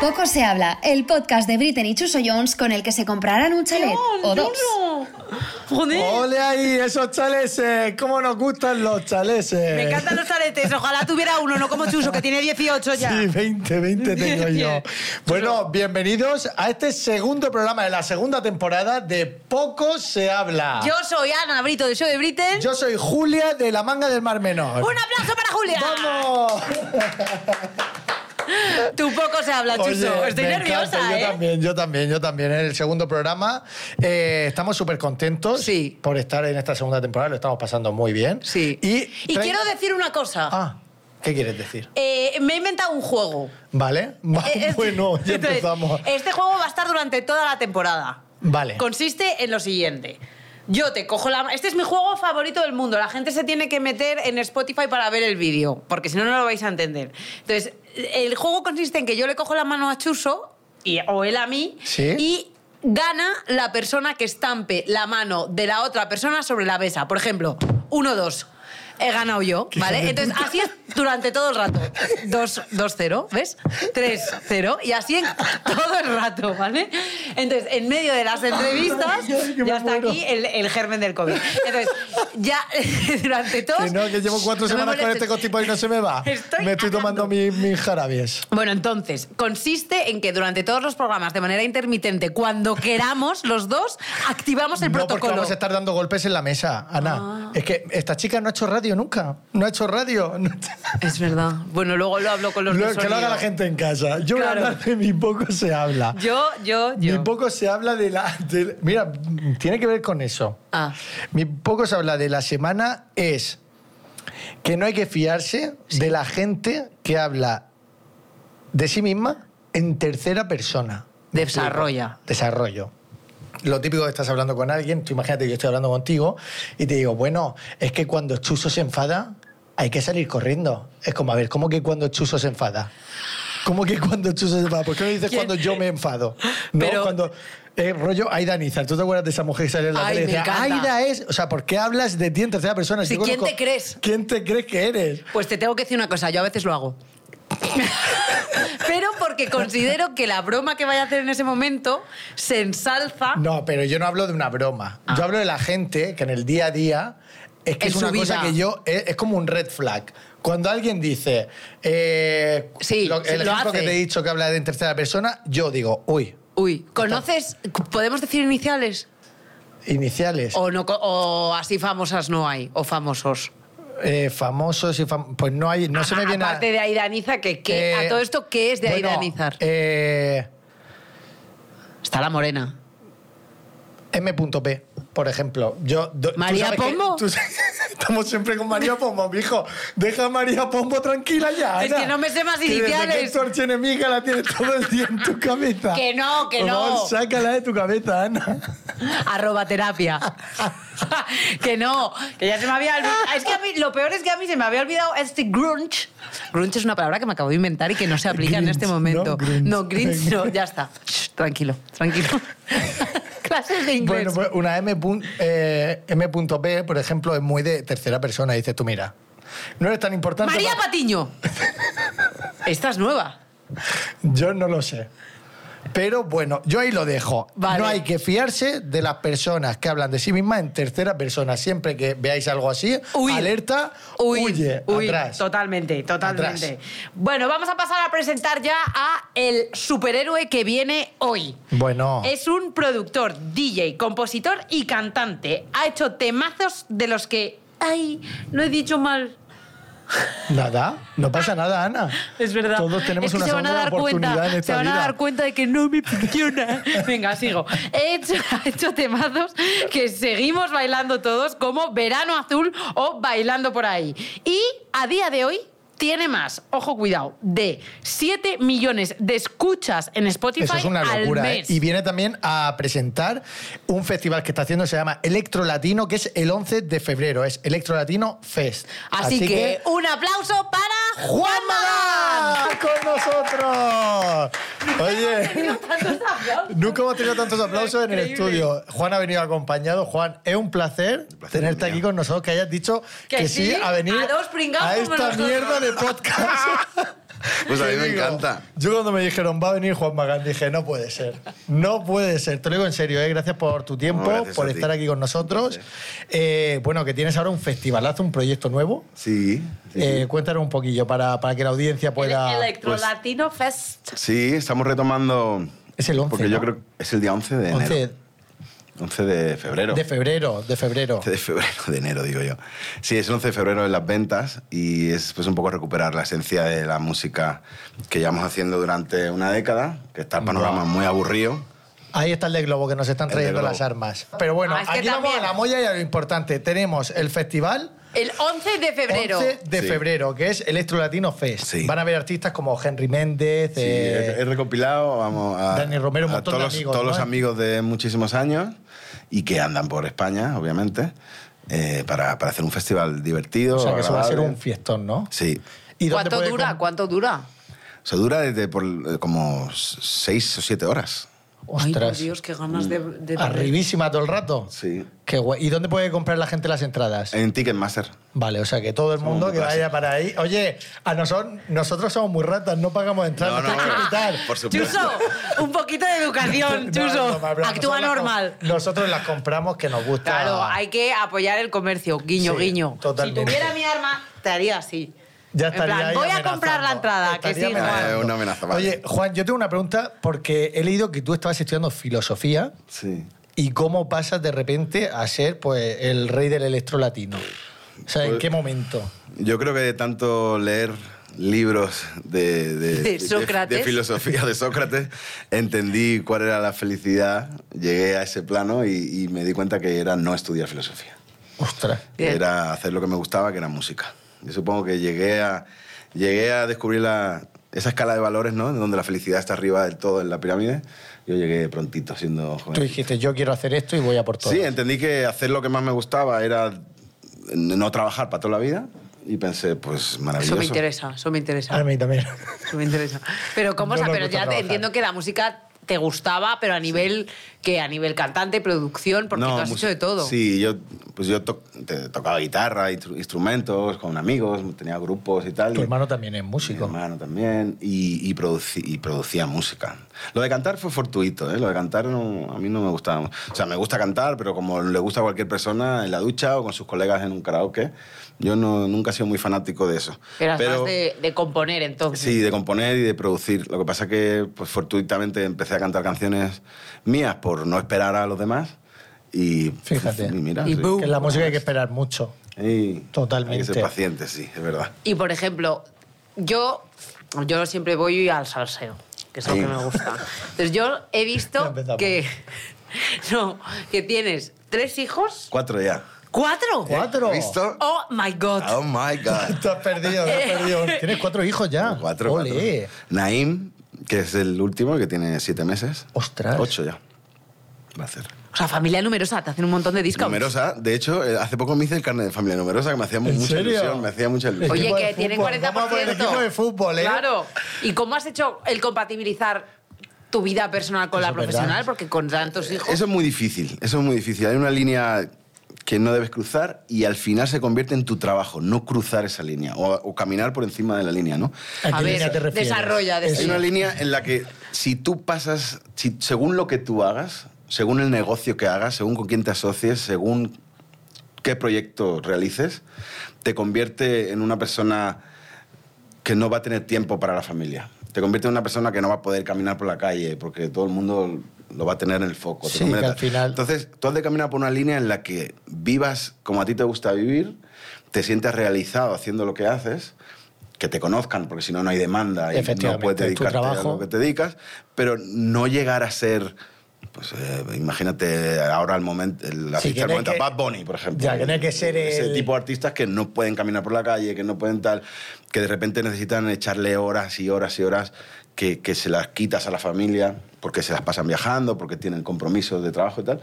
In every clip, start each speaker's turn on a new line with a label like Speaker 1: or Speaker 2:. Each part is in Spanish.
Speaker 1: Luego se habla, el podcast de Britney y Chuso Jones con el que se comprarán un chalet
Speaker 2: Oh,
Speaker 1: o dos.
Speaker 2: Joder.
Speaker 3: ¡Ole ahí! ¡Esos chaleses! ¡Cómo nos gustan los chaleses!
Speaker 2: Me encantan los aretes. Ojalá tuviera uno, no como Chuso, que tiene 18 ya.
Speaker 3: Sí, 20, 20 tengo yo.
Speaker 2: Bien.
Speaker 3: Bueno, bienvenidos a este segundo programa de la segunda temporada de Poco se habla.
Speaker 2: Yo soy Ana Brito de Show de Britain.
Speaker 3: Yo soy Julia de la manga del Mar Menor.
Speaker 2: ¡Un aplauso para Julia!
Speaker 3: ¡Vamos!
Speaker 2: Tú poco se habla, Chuso.
Speaker 3: Oye,
Speaker 2: Estoy
Speaker 3: me
Speaker 2: nerviosa,
Speaker 3: encanta.
Speaker 2: ¿eh?
Speaker 3: Yo también, yo también, yo también. En el segundo programa eh, estamos súper contentos
Speaker 2: Sí.
Speaker 3: por estar en esta segunda temporada. Lo estamos pasando muy bien.
Speaker 2: Sí.
Speaker 3: Y,
Speaker 2: Y quiero decir una cosa.
Speaker 3: Ah, ¿qué quieres decir?
Speaker 2: Eh, me he inventado un juego.
Speaker 3: ¿Vale? Va-
Speaker 2: Eh, eh,
Speaker 3: Ah, bueno, ya
Speaker 2: entonces, eh,
Speaker 3: empezamos.
Speaker 2: Este juego va a estar durante toda la temporada.
Speaker 3: Vale.
Speaker 2: Consiste en lo siguiente. Yo te cojo la... Este es mi juego favorito del mundo. La gente se tiene que meter en Spotify para ver el vídeo, porque si no, no lo vais a entender. Entonces, el juego consiste en que yo le cojo la mano a Chuso, y, o él a mí,
Speaker 3: Sí.
Speaker 2: y gana la persona que estampe la mano de la otra persona sobre la mesa. Por ejemplo, uno, dos. He ganado yo, ¿vale? Entonces, así es durante todo el rato. 2-0, ¿ves? 3-0, y así en todo el rato, ¿vale? Entonces, en medio de las entrevistas,
Speaker 3: Ay, que me
Speaker 2: ya está
Speaker 3: muero.
Speaker 2: aquí el, el germen del COVID. Entonces, ya durante todos...
Speaker 3: Que no, que llevo cuatro
Speaker 2: No me
Speaker 3: semanas con
Speaker 2: molestes.
Speaker 3: este constipo y no se me va.
Speaker 2: Estoy
Speaker 3: me estoy tomando mi- mis jarabes.
Speaker 2: Bueno, entonces, consiste en que durante todos los programas, de manera intermitente, cuando queramos los dos, activamos el
Speaker 3: No, porque
Speaker 2: protocolo. Ah.
Speaker 3: vamos a estar dando golpes en la mesa, Ana. Es que esta chica no ha hecho radio nunca. No ha hecho radio. No-
Speaker 2: Es verdad. Bueno, luego lo hablo con los
Speaker 3: Lo-
Speaker 2: de
Speaker 3: que lo haga
Speaker 2: sonido.
Speaker 3: la gente en casa. Yo voy a
Speaker 2: Claro.
Speaker 3: hablar de mi poco se habla.
Speaker 2: Yo, yo,
Speaker 3: Mi
Speaker 2: yo.
Speaker 3: poco se habla de la... de- mira, tiene que ver con eso.
Speaker 2: Ah.
Speaker 3: Mi poco se habla de la semana es que no hay que fiarse de la gente que habla de sí misma en tercera persona. ¿Me explico?
Speaker 2: Desarrolla.
Speaker 3: Desarrollo. Lo típico que estás hablando con alguien, tú imagínate que yo estoy hablando contigo y te digo, bueno, es que cuando Chuso se enfada, hay que salir corriendo. Es como, a ver, ¿cómo que cuando Chuso se enfada? ¿Cómo que cuando Chuso se enfada? ¿Por qué no dices
Speaker 2: ¿Quién?
Speaker 3: cuando yo me enfado? No,
Speaker 2: Pero-
Speaker 3: cuando... eh, rollo Aida Nizar. ¿Tú te acuerdas de esa mujer que sale en la
Speaker 2: Ay,
Speaker 3: tele y
Speaker 2: me
Speaker 3: decía,
Speaker 2: encanta.
Speaker 3: Aida es... O sea, ¿por qué hablas de ti en tercera persona?
Speaker 2: Sí,
Speaker 3: Yo
Speaker 2: ¿quién te crees?
Speaker 3: ¿Quién te crees que eres?
Speaker 2: Pues te tengo que decir una cosa, yo a veces lo hago. Pero porque considero que la broma que vaya a hacer en ese momento se ensalza.
Speaker 3: No, pero yo no hablo de una broma. Yo hablo de la gente que en el día a día es que
Speaker 2: Ah. En
Speaker 3: es una
Speaker 2: su
Speaker 3: cosa
Speaker 2: vida.
Speaker 3: que yo es, es como un red flag. Cuando alguien dice eh,
Speaker 2: Sí,
Speaker 3: lo- el
Speaker 2: sí, lo
Speaker 3: ejemplo que
Speaker 2: hace.
Speaker 3: te he dicho que habla de en tercera persona, yo digo, uy,
Speaker 2: Uy, ¿conoces? ¿Podemos decir iniciales?
Speaker 3: iniciales,
Speaker 2: O, no, co- o así famosas no hay, o famosos.
Speaker 3: eh, famosos y fam- pues no hay, no se me viene a-
Speaker 2: Aparte de Aidanizar, que, que-
Speaker 3: eh,
Speaker 2: a todo esto, ¿qué es de
Speaker 3: bueno,
Speaker 2: Aidanizar?
Speaker 3: eh,
Speaker 2: Está la morena.
Speaker 3: M.P., por ejemplo. Yo, do- tú
Speaker 2: ¿María
Speaker 3: sabes que-
Speaker 2: Pombo?
Speaker 3: tú sabes- estamos siempre con María Pombo, mijo. Deja a María Pombo tranquila ya.
Speaker 2: Es
Speaker 3: Ana.
Speaker 2: que no me sé más
Speaker 3: Que desde
Speaker 2: iniciales.
Speaker 3: que es tu archienemiga la tienes todo el día en tu cabeza.
Speaker 2: Que no, que
Speaker 3: Por
Speaker 2: no.
Speaker 3: favor, sácala de tu cabeza, Ana.
Speaker 2: Arroba terapia. que no, que ya se me había olvidado. Es que a mí, lo peor es que a mí se me había olvidado este grunge. Grunge es una palabra que me acabo de inventar y que no se aplica en
Speaker 3: Grinch,
Speaker 2: este
Speaker 3: ¿no?
Speaker 2: momento.
Speaker 3: Grinch.
Speaker 2: No, grunge no, ya está. Shh, tranquilo, tranquilo. Clases de inglés.
Speaker 3: Bueno, pues una M. pun- eh, M.P., por ejemplo, es muy de tercera persona. Dices tú, mira, no eres tan importante.
Speaker 2: María
Speaker 3: pa-
Speaker 2: Patiño. Esta es nueva.
Speaker 3: Yo no lo sé. Pero bueno, yo ahí lo dejo.
Speaker 2: Vale.
Speaker 3: No hay que fiarse de las personas que hablan de sí mismas en tercera persona. Siempre que veáis algo así,
Speaker 2: Huir.
Speaker 3: alerta,
Speaker 2: Huir,
Speaker 3: huye,
Speaker 2: huir.
Speaker 3: atrás.
Speaker 2: Totalmente, totalmente. Bueno, vamos a pasar a presentar ya a el superhéroe que viene hoy.
Speaker 3: Bueno.
Speaker 2: Es un productor, DJ, compositor y cantante. Ha hecho temazos de los que... ¡Ay! No he dicho mal.
Speaker 3: Nada, no pasa nada, Ana.
Speaker 2: Es verdad.
Speaker 3: Todos tenemos
Speaker 2: Es que
Speaker 3: una
Speaker 2: se van a
Speaker 3: segunda
Speaker 2: dar
Speaker 3: oportunidad
Speaker 2: cuenta,
Speaker 3: en esta
Speaker 2: Se van
Speaker 3: vida.
Speaker 2: a dar cuenta de que no me funciona. Venga, sigo. He hecho, ha hecho temazos que seguimos bailando todos, como Verano Azul o Bailando por ahí. Y a día de hoy. Tiene más, ojo cuidado, de 7 millones de escuchas en Spotify
Speaker 3: Eso es una
Speaker 2: al
Speaker 3: locura. ¿eh?
Speaker 2: mes.
Speaker 3: Y viene también a presentar un festival que está haciendo, se llama Electro Latino, que es el 11 de febrero. Es Electro Latino Fest.
Speaker 2: Así, que, un aplauso para Juan
Speaker 3: ¡Juan
Speaker 2: Magán.
Speaker 3: Magán con nosotros! Oye, nunca hemos tenido tantos aplausos en el
Speaker 2: Increíble.
Speaker 3: estudio. Juan ha venido acompañado. Juan, es un placer, tenerte aquí con nosotros, que hayas dicho
Speaker 2: Que
Speaker 3: que sí
Speaker 2: sí,
Speaker 3: a venir
Speaker 2: a dos pringados
Speaker 3: a
Speaker 2: como
Speaker 3: esta
Speaker 2: nosotros.
Speaker 3: mierda de podcast.
Speaker 4: Pues a mí
Speaker 3: Te
Speaker 4: me
Speaker 3: digo,
Speaker 4: encanta.
Speaker 3: Yo cuando me dijeron, va a venir Juan Magán, dije, no puede ser. No puede ser. Te lo digo en serio, ¿eh? gracias por tu tiempo,
Speaker 4: No, gracias
Speaker 3: por
Speaker 4: a ti.
Speaker 3: estar aquí con nosotros. Eh, bueno, que tienes ahora un festivalazo, un proyecto nuevo.
Speaker 4: Sí. sí, sí.
Speaker 3: Eh, cuéntanos un poquillo para, para que la audiencia pueda... pues,
Speaker 2: Electrolatino Fest.
Speaker 4: Sí, estamos retomando.
Speaker 3: Es el 11,
Speaker 4: Porque yo
Speaker 3: ¿no?
Speaker 4: creo que es el día 11 de enero.
Speaker 3: 11
Speaker 4: 11 de febrero.
Speaker 3: de febrero, de febrero.
Speaker 4: 11 de febrero, de enero, digo yo. Sí, es el 11 de febrero en las ventas y es pues, un poco recuperar la esencia de la música que llevamos haciendo durante una década, que está el panorama muy aburrido.
Speaker 3: Ahí está el de Globo, que nos están
Speaker 4: El de
Speaker 3: trayendo
Speaker 4: Globo.
Speaker 3: las armas. Pero bueno,
Speaker 2: Ah, es que
Speaker 3: aquí vamos a
Speaker 2: también-
Speaker 3: la molla y a lo importante. Tenemos el festival
Speaker 2: El 11 de febrero.
Speaker 3: 11 de
Speaker 4: Sí.
Speaker 3: febrero, que es Electro Latino Fest.
Speaker 4: Sí.
Speaker 3: Van a ver artistas como Henry Méndez,
Speaker 4: Sí,
Speaker 3: eh,
Speaker 4: he, he recopilado vamos, a,
Speaker 3: Dani Romero, un
Speaker 4: a
Speaker 3: montón
Speaker 4: todos,
Speaker 3: de
Speaker 4: los-
Speaker 3: amigos,
Speaker 4: todos
Speaker 3: ¿no?
Speaker 4: los amigos de muchísimos años y que andan por España, obviamente, eh, para, para hacer un festival divertido.
Speaker 3: o sea que eso va a ser
Speaker 4: agradable.
Speaker 3: un fiestón, ¿no?
Speaker 4: Sí.
Speaker 3: ¿Y dónde
Speaker 2: ¿Cuánto
Speaker 3: puede
Speaker 2: dura?
Speaker 3: com-
Speaker 2: ¿Cuánto dura?
Speaker 4: O sea, dura desde por- eh, como seis o siete horas.
Speaker 2: Ay,
Speaker 3: Ostras,
Speaker 2: por Dios, qué ganas de... de
Speaker 3: arribísima todo el rato.
Speaker 4: Sí.
Speaker 3: Qué guay. ¿Y dónde puede comprar la gente las entradas?
Speaker 4: En Ticketmaster.
Speaker 3: Vale, o sea que todo el mundo
Speaker 4: muy
Speaker 3: que vaya
Speaker 4: clásicos.
Speaker 3: para ahí. Oye, a nosotros, nosotros somos muy ratas, no pagamos entradas,
Speaker 4: No, no,
Speaker 3: tienes que
Speaker 4: no.
Speaker 3: quitar.
Speaker 4: Por supuesto.
Speaker 2: Chuso, un poquito de educación,
Speaker 3: No,
Speaker 2: Chuso.
Speaker 3: no, no,
Speaker 2: Actúa
Speaker 3: no, nosotros las com-
Speaker 2: normal.
Speaker 3: Nosotros las compramos que nos gusta.
Speaker 2: Claro, hay que apoyar el comercio, guiño,
Speaker 3: Sí,
Speaker 2: guiño.
Speaker 3: totalmente.
Speaker 2: Si tuviera mi arma, te haría así.
Speaker 3: Ya
Speaker 2: En
Speaker 3: estaría
Speaker 2: plan,
Speaker 3: ahí
Speaker 2: voy a
Speaker 3: amenazando.
Speaker 2: comprar la entrada, que
Speaker 3: Estaría
Speaker 2: sí,
Speaker 4: amenazando.
Speaker 2: Juan.
Speaker 4: Eh, una amenaza, vale.
Speaker 3: Oye, Juan, yo tengo una pregunta porque he leído que tú estabas estudiando filosofía
Speaker 4: Sí.
Speaker 3: y cómo pasas de repente a ser pues, el rey del electro latino. O sea, ¿en
Speaker 4: Pues-
Speaker 3: qué momento?
Speaker 4: Yo creo que de tanto leer libros de,
Speaker 2: De Sócrates.
Speaker 4: de filosofía de Sócrates, entendí cuál era la felicidad, llegué a ese plano y, y me di cuenta que era no estudiar filosofía,
Speaker 3: Ostras.
Speaker 4: que
Speaker 2: Bien.
Speaker 4: era hacer lo que me gustaba, que era música. Yo supongo que llegué a, llegué a descubrir la, esa escala de valores, ¿no? De Donde la felicidad está arriba del todo en la pirámide. Yo llegué prontito siendo joven.
Speaker 3: Tú dijiste, yo quiero hacer esto y voy a por todo.
Speaker 4: Pues Sí, entendí que hacer lo que más me gustaba era no trabajar para toda la vida y pensé, pues maravilloso.
Speaker 2: Eso me interesa, eso me interesa.
Speaker 3: A mí también.
Speaker 2: Eso me interesa. Pero cómo
Speaker 3: No
Speaker 2: sa-
Speaker 3: nos
Speaker 2: pero
Speaker 3: gusta
Speaker 2: ya te
Speaker 3: trabajar.
Speaker 2: entiendo que la música te gustaba, pero a nivel que a nivel cantante, producción, porque
Speaker 4: No,
Speaker 2: tú has
Speaker 4: mus-
Speaker 2: hecho de todo.
Speaker 4: Sí, yo, pues yo to- te- tocaba guitarra, instru- instrumentos con amigos, tenía grupos y tal.
Speaker 3: tu
Speaker 4: Y-
Speaker 3: hermano también es
Speaker 4: Mi
Speaker 3: músico.
Speaker 4: hermano también. Y, y producí- y producía música. Lo de cantar fue fortuito, ¿eh? Lo de cantar no- a mí no me gustaba. O sea, me gusta cantar, pero como le gusta a cualquier persona en la ducha o con sus colegas en un karaoke, yo no- nunca he sido muy fanático de eso.
Speaker 2: Eras
Speaker 4: pero,
Speaker 2: más de, de componer entonces.
Speaker 4: Sí, de componer y de producir. Lo que pasa que, pues, fortuitamente empecé a cantar canciones mías por no esperar a los demás. Y,
Speaker 3: Fíjate.
Speaker 4: y mira,
Speaker 2: Y
Speaker 4: sí.
Speaker 2: boom.
Speaker 3: Que en la música hay que esperar mucho.
Speaker 4: Y
Speaker 3: Totalmente.
Speaker 4: Hay que ser paciente, sí, es verdad.
Speaker 2: Y por ejemplo, yo, yo siempre voy al salseo, que es lo
Speaker 4: Sí.
Speaker 2: que me gusta. Entonces yo he
Speaker 3: Ya
Speaker 2: visto
Speaker 3: empezamos.
Speaker 2: que, no, que tienes tres hijos.
Speaker 4: Cuatro ya.
Speaker 2: ¿Cuatro?
Speaker 3: ¡Cuatro!
Speaker 4: Eh, ¿Visto?
Speaker 2: Oh my God.
Speaker 4: Oh my God.
Speaker 3: Te has perdido, te has perdido. Tienes cuatro hijos ya.
Speaker 4: Cuatro,
Speaker 3: Ah, Ole.
Speaker 4: cuatro. Naim, que es el último, que tiene siete meses.
Speaker 3: Ostras.
Speaker 4: Ocho ya. Va a ser.
Speaker 2: O sea, familia numerosa, te hacen un montón de discos.
Speaker 4: Numerosa. De hecho, eh, hace poco me hice el carnet de familia numerosa, que me hacía
Speaker 3: ¿En
Speaker 4: mucha
Speaker 3: serio?
Speaker 4: ilusión. Me hacía mucha ilusión.
Speaker 2: Oye,
Speaker 3: Equipo de
Speaker 2: que tienen
Speaker 3: fútbol.
Speaker 2: 40%.
Speaker 3: Vamos a por el equipo de fútbol, ¿eh?
Speaker 2: Claro. ¿Y cómo has hecho el compatibilizar tu vida personal con
Speaker 3: Eso
Speaker 2: la
Speaker 3: es verdad.
Speaker 2: profesional? Porque con tantos hijos.
Speaker 4: Eso es muy difícil, eso es muy difícil. Hay una línea que no debes cruzar y al final se convierte en tu trabajo, no cruzar esa línea o, o caminar por encima de la línea, ¿no?
Speaker 3: ¿A qué
Speaker 2: A ver,
Speaker 3: línea te refieres?
Speaker 2: desarrolla,
Speaker 3: Es
Speaker 4: Hay
Speaker 2: Sí.
Speaker 4: una línea en la que si tú pasas, si- según lo que tú hagas, según el negocio que hagas, según con quién te asocies, según qué proyecto realices, te convierte en una persona que no va a tener tiempo para la familia. Te convierte en una persona que no va a poder caminar por la calle porque todo el mundo lo va a tener en el foco. te
Speaker 3: Sí,
Speaker 4: convierte-
Speaker 3: que al final-
Speaker 4: Entonces, tú has de caminar por una línea en la que vivas como a ti te gusta vivir, te sientas realizado haciendo lo que haces, que te conozcan, porque si no, no hay demanda y no
Speaker 3: Efectivamente,
Speaker 4: puedes
Speaker 3: tu
Speaker 4: dedicarte a
Speaker 3: trabajo.
Speaker 4: lo que te dedicas, pero no llegar a ser... Pues eh, imagínate ahora el momento, el
Speaker 3: Sí,
Speaker 4: artista
Speaker 3: que
Speaker 4: del
Speaker 3: no hay
Speaker 4: momento,
Speaker 3: que-
Speaker 4: Bad Bunny, por ejemplo.
Speaker 3: Ya, que no hay que ser
Speaker 4: Ese
Speaker 3: el-
Speaker 4: tipo de artistas que no pueden caminar por la calle, que no pueden tal, que de repente necesitan echarle horas y horas y horas que, que se las quitas a la familia porque se las pasan viajando, porque tienen compromisos de trabajo y tal.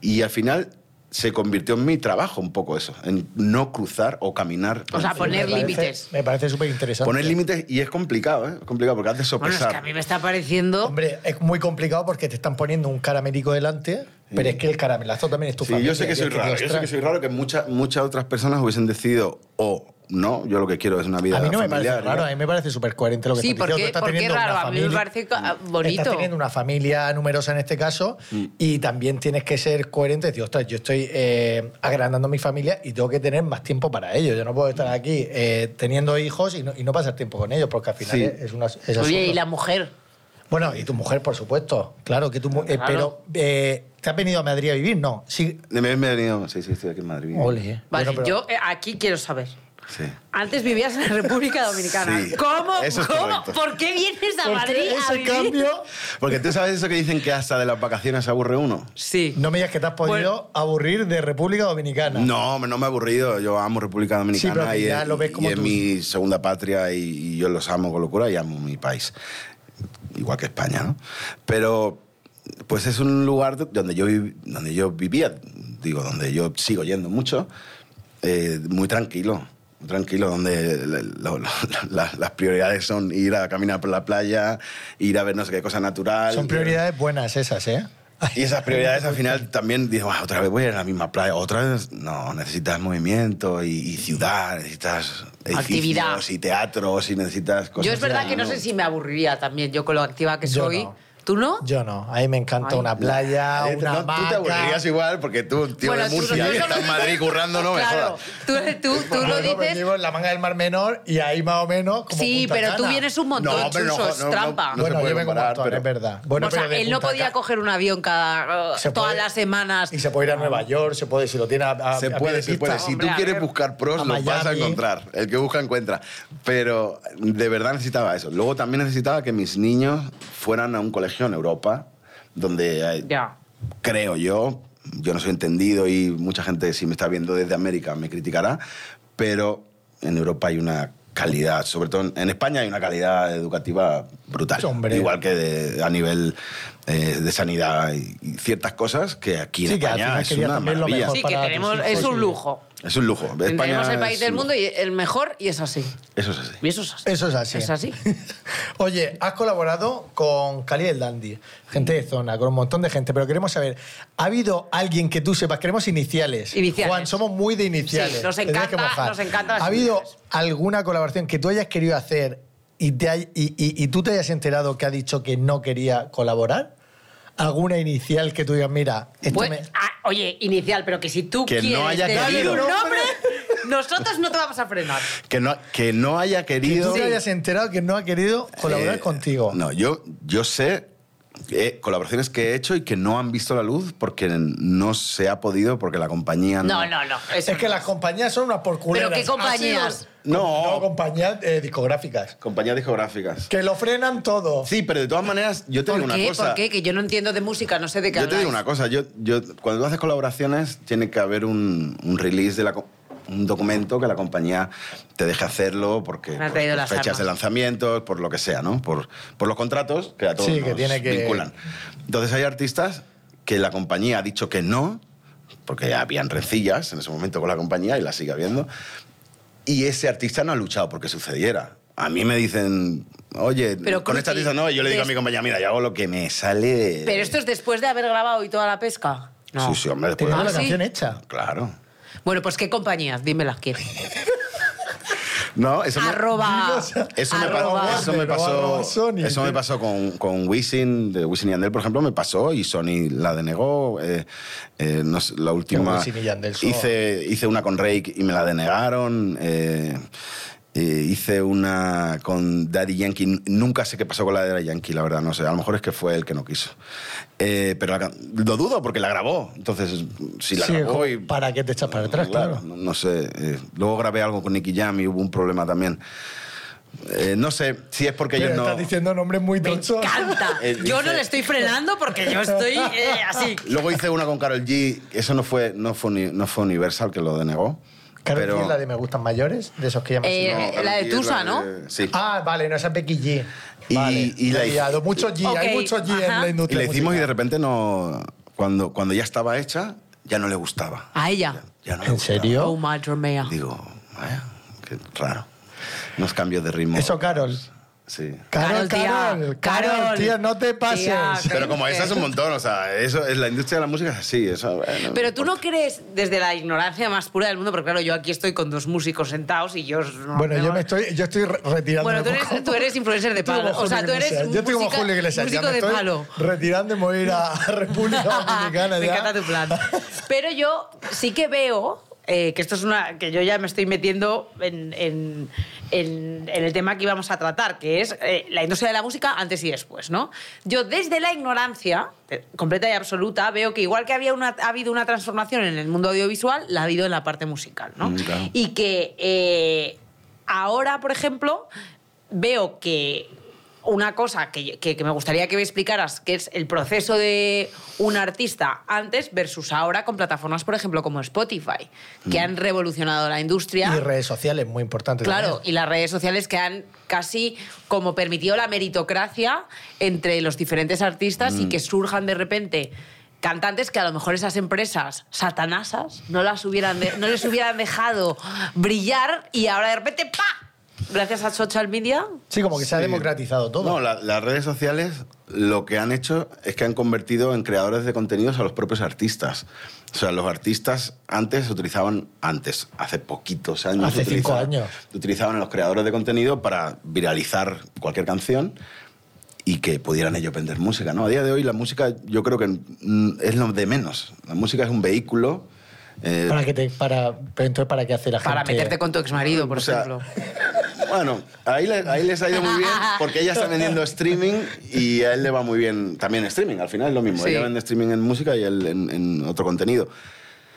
Speaker 4: Y al final se convirtió en mi trabajo un poco eso, en no cruzar o caminar. por
Speaker 2: O sea,
Speaker 4: encima.
Speaker 2: poner
Speaker 3: Me parece-
Speaker 2: límites.
Speaker 3: Me parece súper interesante.
Speaker 4: Poner límites y es complicado, ¿eh? Es complicado porque has de
Speaker 2: bueno,
Speaker 4: sopesar.
Speaker 2: es que a mí me está pareciendo.
Speaker 3: Hombre, es muy complicado porque te están poniendo un caramelico delante, pero es que el caramelazo también es tu
Speaker 4: Sí,
Speaker 3: familia.
Speaker 4: yo sé que soy
Speaker 3: tienes
Speaker 4: raro,
Speaker 3: decir,
Speaker 4: yo sé que
Speaker 3: "Ostras".
Speaker 4: soy raro que muchas muchas otras personas hubiesen decidido o No, yo lo que quiero es una vida
Speaker 3: A mí no me
Speaker 4: familiar.
Speaker 3: parece raro, a mí me parece súper coherente lo que
Speaker 2: Sí,
Speaker 3: estás
Speaker 2: porque-
Speaker 3: diciendo. Tú estás
Speaker 2: porque es
Speaker 3: teniendo una
Speaker 2: raro, a mí me
Speaker 3: familia-
Speaker 2: parece ca- bonito.
Speaker 3: Estás teniendo una familia numerosa en este caso
Speaker 4: Mm.
Speaker 3: y también tienes que ser coherente. Dios, ostras, yo estoy eh, agrandando mi familia y tengo que tener más tiempo para ellos. Yo no puedo estar aquí eh, teniendo hijos y no, y no pasar tiempo con ellos, porque al final
Speaker 4: Sí.
Speaker 3: es es una... es
Speaker 2: Oye,
Speaker 3: absurdo.
Speaker 2: y la mujer.
Speaker 3: Bueno, y tu mujer, por supuesto. Claro que tu mu- eh,
Speaker 2: Claro.
Speaker 3: Pero, eh, ¿te has venido a Madrid a vivir? No. Sí.
Speaker 4: De vez me he venido- Sí, sí, estoy aquí en Madrid.
Speaker 3: Ole, eh.
Speaker 2: Vale,
Speaker 3: Bueno, pero-
Speaker 2: yo eh, aquí quiero saber.
Speaker 4: Sí.
Speaker 2: Antes vivías en la República Dominicana.
Speaker 4: Sí,
Speaker 2: ¿Cómo?
Speaker 4: eso es
Speaker 2: ¿Cómo?
Speaker 4: correcto.
Speaker 2: ¿Por qué vienes a
Speaker 3: ¿Por qué
Speaker 2: Madrid a
Speaker 3: ese
Speaker 2: vivir?
Speaker 3: cambio?
Speaker 4: Porque tú sabes eso que dicen que hasta de las vacaciones se aburre uno.
Speaker 2: Sí.
Speaker 3: No me digas que te has podido aburrir de República Dominicana.
Speaker 4: No, hombre, no me he aburrido. Yo amo República
Speaker 3: Sí, pero
Speaker 4: Dominicana
Speaker 3: al
Speaker 4: y,
Speaker 3: final
Speaker 4: es-
Speaker 3: lo ves
Speaker 4: y
Speaker 3: como
Speaker 4: es
Speaker 3: tú.
Speaker 4: mi segunda patria y, y yo los amo con locura y amo mi país. Igual que España, ¿no? Pero pues es un lugar do- donde yo, vi- donde yo vivía, digo, donde yo sigo yendo mucho, eh, muy tranquilo. muy Tranquilo, donde la- lo- lo- la- las prioridades son ir a caminar por la playa, ir a ver no sé qué cosa natural.
Speaker 3: Son prioridades buenas esas, ¿eh?
Speaker 4: Y esas prioridades al final también digo, "Ah, otra vez voy a ir a la misma playa, otra vez no, necesitas movimiento y, y ciudad, necesitas edificios
Speaker 2: Actividad.
Speaker 4: y teatros y necesitas cosas.
Speaker 2: Yo es verdad
Speaker 4: así,
Speaker 2: que no sé si me aburriría también, yo con lo activa que
Speaker 3: Yo
Speaker 2: soy.
Speaker 3: no.
Speaker 2: ¿Tú no?
Speaker 3: Yo no. A mí me encanta
Speaker 2: Ay.
Speaker 3: una playa,
Speaker 4: Eh,
Speaker 3: Ah, una
Speaker 4: no, tú te
Speaker 3: hamaca.
Speaker 4: aburrirías igual porque tú, tío
Speaker 2: Bueno,
Speaker 4: de
Speaker 2: tú- tú
Speaker 4: Murcia, que
Speaker 2: solo
Speaker 4: estás en
Speaker 2: dices-
Speaker 4: Madrid currando, no me
Speaker 2: claro.
Speaker 4: jodas.
Speaker 2: Tú, tú, tú
Speaker 3: Bueno,
Speaker 2: lo
Speaker 3: pero
Speaker 2: dices.
Speaker 3: vivo en la manga del Mar Menor y ahí más o menos como
Speaker 2: Sí,
Speaker 3: Punta
Speaker 2: pero tú
Speaker 3: Cana.
Speaker 2: vienes un montón,
Speaker 4: No, pero no,
Speaker 2: Chuso, es
Speaker 4: no, no,
Speaker 2: trampa.
Speaker 4: no
Speaker 3: bueno,
Speaker 4: se puede
Speaker 3: yo vengo
Speaker 4: comparar,
Speaker 3: un montón,
Speaker 4: pero-
Speaker 3: es verdad. Bueno,
Speaker 2: o sea,
Speaker 3: pero de
Speaker 2: él no
Speaker 3: Punta
Speaker 2: podía
Speaker 3: Cana-
Speaker 2: coger un avión cada
Speaker 3: Se
Speaker 2: todas
Speaker 3: puede-
Speaker 2: las semanas.
Speaker 3: Y se puede ir a Nueva York, se puede, si lo tiene a, a- a
Speaker 4: Se
Speaker 3: pie
Speaker 4: puede,
Speaker 3: de
Speaker 4: se
Speaker 3: pista.
Speaker 4: puede. Si
Speaker 2: Hombre,
Speaker 4: tú
Speaker 2: a
Speaker 4: quieres
Speaker 2: ver.
Speaker 4: buscar
Speaker 3: A
Speaker 4: pros, los vas a
Speaker 3: Miami.
Speaker 4: encontrar. El que busca, encuentra. Pero de verdad necesitaba eso. Luego también necesitaba que mis niños fueran a un colegio en Europa, donde hay,
Speaker 2: Ya.
Speaker 4: creo yo, yo no soy entendido y mucha gente si me está viendo desde América me criticará, pero en Europa hay una calidad, sobre todo en España hay una calidad educativa brutal,
Speaker 3: Sí, hombre.
Speaker 4: igual que de- a nivel eh, de sanidad y, y ciertas cosas que aquí en
Speaker 3: Sí, que al
Speaker 4: España
Speaker 3: final
Speaker 4: es
Speaker 3: querías
Speaker 4: una
Speaker 3: también lo
Speaker 4: maravilla.
Speaker 3: mejor.
Speaker 2: Sí, que
Speaker 3: para
Speaker 2: tenemos,
Speaker 3: tus hijos
Speaker 2: es un
Speaker 3: y-
Speaker 2: lujo.
Speaker 4: Es un lujo. España
Speaker 2: tenemos el país
Speaker 4: es
Speaker 2: del
Speaker 4: un-
Speaker 2: mundo y el mejor y es así.
Speaker 4: Eso es así.
Speaker 2: Y eso es así.
Speaker 3: Eso es así.
Speaker 2: Es así.
Speaker 3: Oye, has colaborado con Cali el Dandy, gente de zona, con un montón de gente, pero queremos saber, ¿ha habido alguien que tú sepas? Queremos iniciales.
Speaker 2: Iniciales.
Speaker 3: Juan, somos muy de iniciales.
Speaker 2: Sí, nos
Speaker 3: Te tienes que
Speaker 2: encanta-
Speaker 3: mojar.
Speaker 2: nos encantan las
Speaker 3: ¿Ha habido
Speaker 2: iniciales.
Speaker 3: alguna colaboración que tú hayas querido hacer y, te hay- y- y- y tú te hayas enterado que ha dicho que no quería colaborar? ¿Alguna inicial que tú digas, mira, esto
Speaker 2: Pues,
Speaker 3: me...
Speaker 2: ah, oye, inicial, pero que si tú
Speaker 4: Que no
Speaker 2: quieres
Speaker 4: haya
Speaker 2: decir
Speaker 4: querido.
Speaker 2: un nombre, nosotros no te vamos a frenar.
Speaker 4: Que no, que no haya
Speaker 3: que
Speaker 4: querido...
Speaker 3: tú te hayas enterado que no ha querido colaborar
Speaker 4: Eh,
Speaker 3: contigo?
Speaker 4: No, yo, yo sé eh, colaboraciones que he hecho y que no han visto la luz porque no se ha podido, porque la compañía no.
Speaker 2: No, no, no. eso
Speaker 3: Es que
Speaker 2: no.
Speaker 3: las compañías son unas porculeras.
Speaker 2: ¿Pero qué compañías?
Speaker 3: Ha sido-
Speaker 4: No.
Speaker 3: No, compañías eh, discográficas.
Speaker 4: Compañías discográficas.
Speaker 3: Que lo frenan todo.
Speaker 4: Sí, pero de todas maneras, yo te
Speaker 2: ¿Por
Speaker 4: digo una
Speaker 2: qué?
Speaker 4: cosa.
Speaker 2: ¿Por qué? Que yo no entiendo de música, no sé de qué
Speaker 4: Yo te digo
Speaker 2: habláis.
Speaker 4: una cosa, yo, yo, cuando tú haces colaboraciones tiene que haber un, un release de la co- un documento que la compañía te deje hacerlo porque
Speaker 2: Me ha traído
Speaker 4: por
Speaker 2: las
Speaker 4: fechas
Speaker 2: armas.
Speaker 4: de lanzamiento, por lo que sea, ¿no? Por, por los contratos que a todos
Speaker 3: Sí, que
Speaker 4: nos
Speaker 3: tiene que-
Speaker 4: vinculan. Entonces hay artistas que la compañía ha dicho que no, porque habían rencillas en ese momento con la compañía y la sigue habiendo, y ese artista no ha luchado porque sucediera. A mí me dicen, oye,
Speaker 2: Pero,
Speaker 4: con este
Speaker 2: Cruci,
Speaker 4: artista no, y yo le digo a
Speaker 2: des-
Speaker 4: mi compañía, mira, yo hago lo que me sale de...
Speaker 2: Pero esto es después de haber grabado y toda la pesca. No.
Speaker 4: Sí, sí, hombre, después
Speaker 3: Teniendo
Speaker 2: Ah,
Speaker 3: la
Speaker 2: ¿sí?
Speaker 3: canción hecha.
Speaker 4: Claro.
Speaker 2: Bueno, pues ¿qué compañías? Dímelas quién.
Speaker 4: No, eso me,
Speaker 2: arroba.
Speaker 4: eso me,
Speaker 2: arroba-
Speaker 4: pa- eso me
Speaker 3: Warner, arroba
Speaker 4: pasó,
Speaker 3: Sony.
Speaker 4: eso me pasó con, con Wisin, de Wisin y Yandel, por ejemplo, me pasó y Sony la denegó. eh, eh, no sé, la última...
Speaker 3: Wisin y Yandel son-
Speaker 4: hice, hice una con Rake y me la denegaron. eh, eh, hice una con Daddy Yankee. Nunca sé qué pasó con la de Daddy Yankee, la verdad, no sé. A lo mejor es que fue el que no quiso. Eh, pero la can- lo dudo porque la grabó. Entonces, si la
Speaker 3: Sí,
Speaker 4: grabó
Speaker 3: como,
Speaker 4: y-
Speaker 3: ¿para qué te echas para atrás? Claro.
Speaker 4: No, no sé. eh, luego grabé algo con Nicky Jam y hubo un problema también. Eh, no sé si es porque
Speaker 3: Pero
Speaker 4: ellos no.
Speaker 3: estás diciendo nombres muy
Speaker 2: Me
Speaker 3: tontos.
Speaker 2: encanta.
Speaker 4: Eh,
Speaker 2: Yo no
Speaker 4: dice-
Speaker 2: le estoy frenando porque yo estoy eh, así.
Speaker 4: Luego hice una con Carol G. Eso no fue, no fue, uni- no fue Universal que lo denegó.
Speaker 3: Claro,
Speaker 4: pero...
Speaker 3: ¿quién es la de Me Gustan Mayores? De esos que llamas.
Speaker 2: Eh,
Speaker 4: No, Karol
Speaker 2: la de
Speaker 4: G es
Speaker 2: Tusa, ¿no?
Speaker 4: Sí.
Speaker 3: Ah, vale, no, esa es Becky G.
Speaker 4: Y-
Speaker 3: Vale,
Speaker 4: y la-
Speaker 3: he liado. Mucho G,
Speaker 2: Ok,
Speaker 3: hay mucho G en
Speaker 2: ajá.
Speaker 3: la
Speaker 4: y
Speaker 3: industria.
Speaker 4: le hicimos y de
Speaker 3: musical.
Speaker 4: repente no. Cuando, cuando ya estaba hecha, ya no le gustaba.
Speaker 2: A ella.
Speaker 4: Ya no le
Speaker 3: ¿En
Speaker 4: gustaba.
Speaker 2: Oh,
Speaker 3: serio?
Speaker 2: madre mía.
Speaker 4: Digo, vaya, qué raro. Unos cambios de ritmo.
Speaker 3: Eso, Carol.
Speaker 4: Sí.
Speaker 3: Carol,
Speaker 2: Carol, tía,
Speaker 3: Carol, Carol,
Speaker 2: Carol.
Speaker 3: tía, no te pases.
Speaker 2: Tía,
Speaker 4: Pero como esa es un montón, o sea, eso es la industria de la música es así, eso. bueno,
Speaker 2: Pero tú no crees desde la ignorancia más pura del mundo, porque claro, yo aquí estoy con dos músicos sentados y yo...
Speaker 3: Bueno, yo me estoy, yo estoy re- retirando.
Speaker 2: ah, Bueno, tú
Speaker 3: un poco.
Speaker 2: eres, tú eres influencer de
Speaker 3: Estoy como
Speaker 2: palo. O sea,
Speaker 3: Julio
Speaker 2: tú eres
Speaker 3: Iglesias. Yo estoy como
Speaker 2: música-
Speaker 3: Julio Iglesias, ya
Speaker 2: músico
Speaker 3: me
Speaker 2: de
Speaker 3: estoy
Speaker 2: palo.
Speaker 3: retirando y me voy a ir a República Dominicana
Speaker 2: me
Speaker 3: ya.
Speaker 2: encanta tu plan. Pero yo sí que veo eh, que esto es una que yo ya me estoy metiendo en, en- en- en el tema que íbamos a tratar, que es eh, la industria de la música antes y después, ¿no? Yo desde la ignorancia eh, completa y absoluta veo que igual que había una, ha habido una transformación en el mundo audiovisual, la ha habido en la parte musical, ¿no?
Speaker 4: Mm, claro.
Speaker 2: Y que eh, ahora, por ejemplo, veo que una cosa que, que- que me gustaría que me explicaras, que es el proceso de un artista antes versus ahora con plataformas, por ejemplo, como Spotify, que han revolucionado la industria.
Speaker 3: Y redes sociales, muy importante.
Speaker 2: Claro,
Speaker 3: también.
Speaker 2: y las redes sociales que han casi como permitido la meritocracia entre los diferentes artistas
Speaker 4: Mm.
Speaker 2: y que surjan de repente cantantes que a lo mejor esas empresas satanasas no, las hubieran de- no les hubieran dejado brillar y ahora de repente ¡pa! Gracias a social media.
Speaker 3: Sí, como que se ha
Speaker 4: Sí.
Speaker 3: democratizado todo.
Speaker 4: No, la- las redes sociales lo que han hecho es que han convertido en creadores de contenidos a los propios artistas. O sea, los artistas antes utilizaban, antes, hace poquitos años.
Speaker 3: Hace cinco
Speaker 4: utilizaban-
Speaker 3: años.
Speaker 4: Utilizaban a los creadores de contenido para viralizar cualquier canción y que pudieran ellos vender música. ¿no? A día de hoy la música yo creo que mm, es lo de menos. La música es un vehículo. eh,
Speaker 3: Para que te, para, pero entonces para qué hace la
Speaker 2: Para
Speaker 3: gente.
Speaker 2: meterte con tu exmarido, por
Speaker 4: O sea,
Speaker 2: ejemplo.
Speaker 4: Bueno, ahí, le- ahí les ha ido muy bien porque ella está vendiendo streaming y a él le va muy bien también streaming. Al final es lo mismo.
Speaker 2: Sí.
Speaker 4: Ella vende streaming en música y él en, en otro contenido.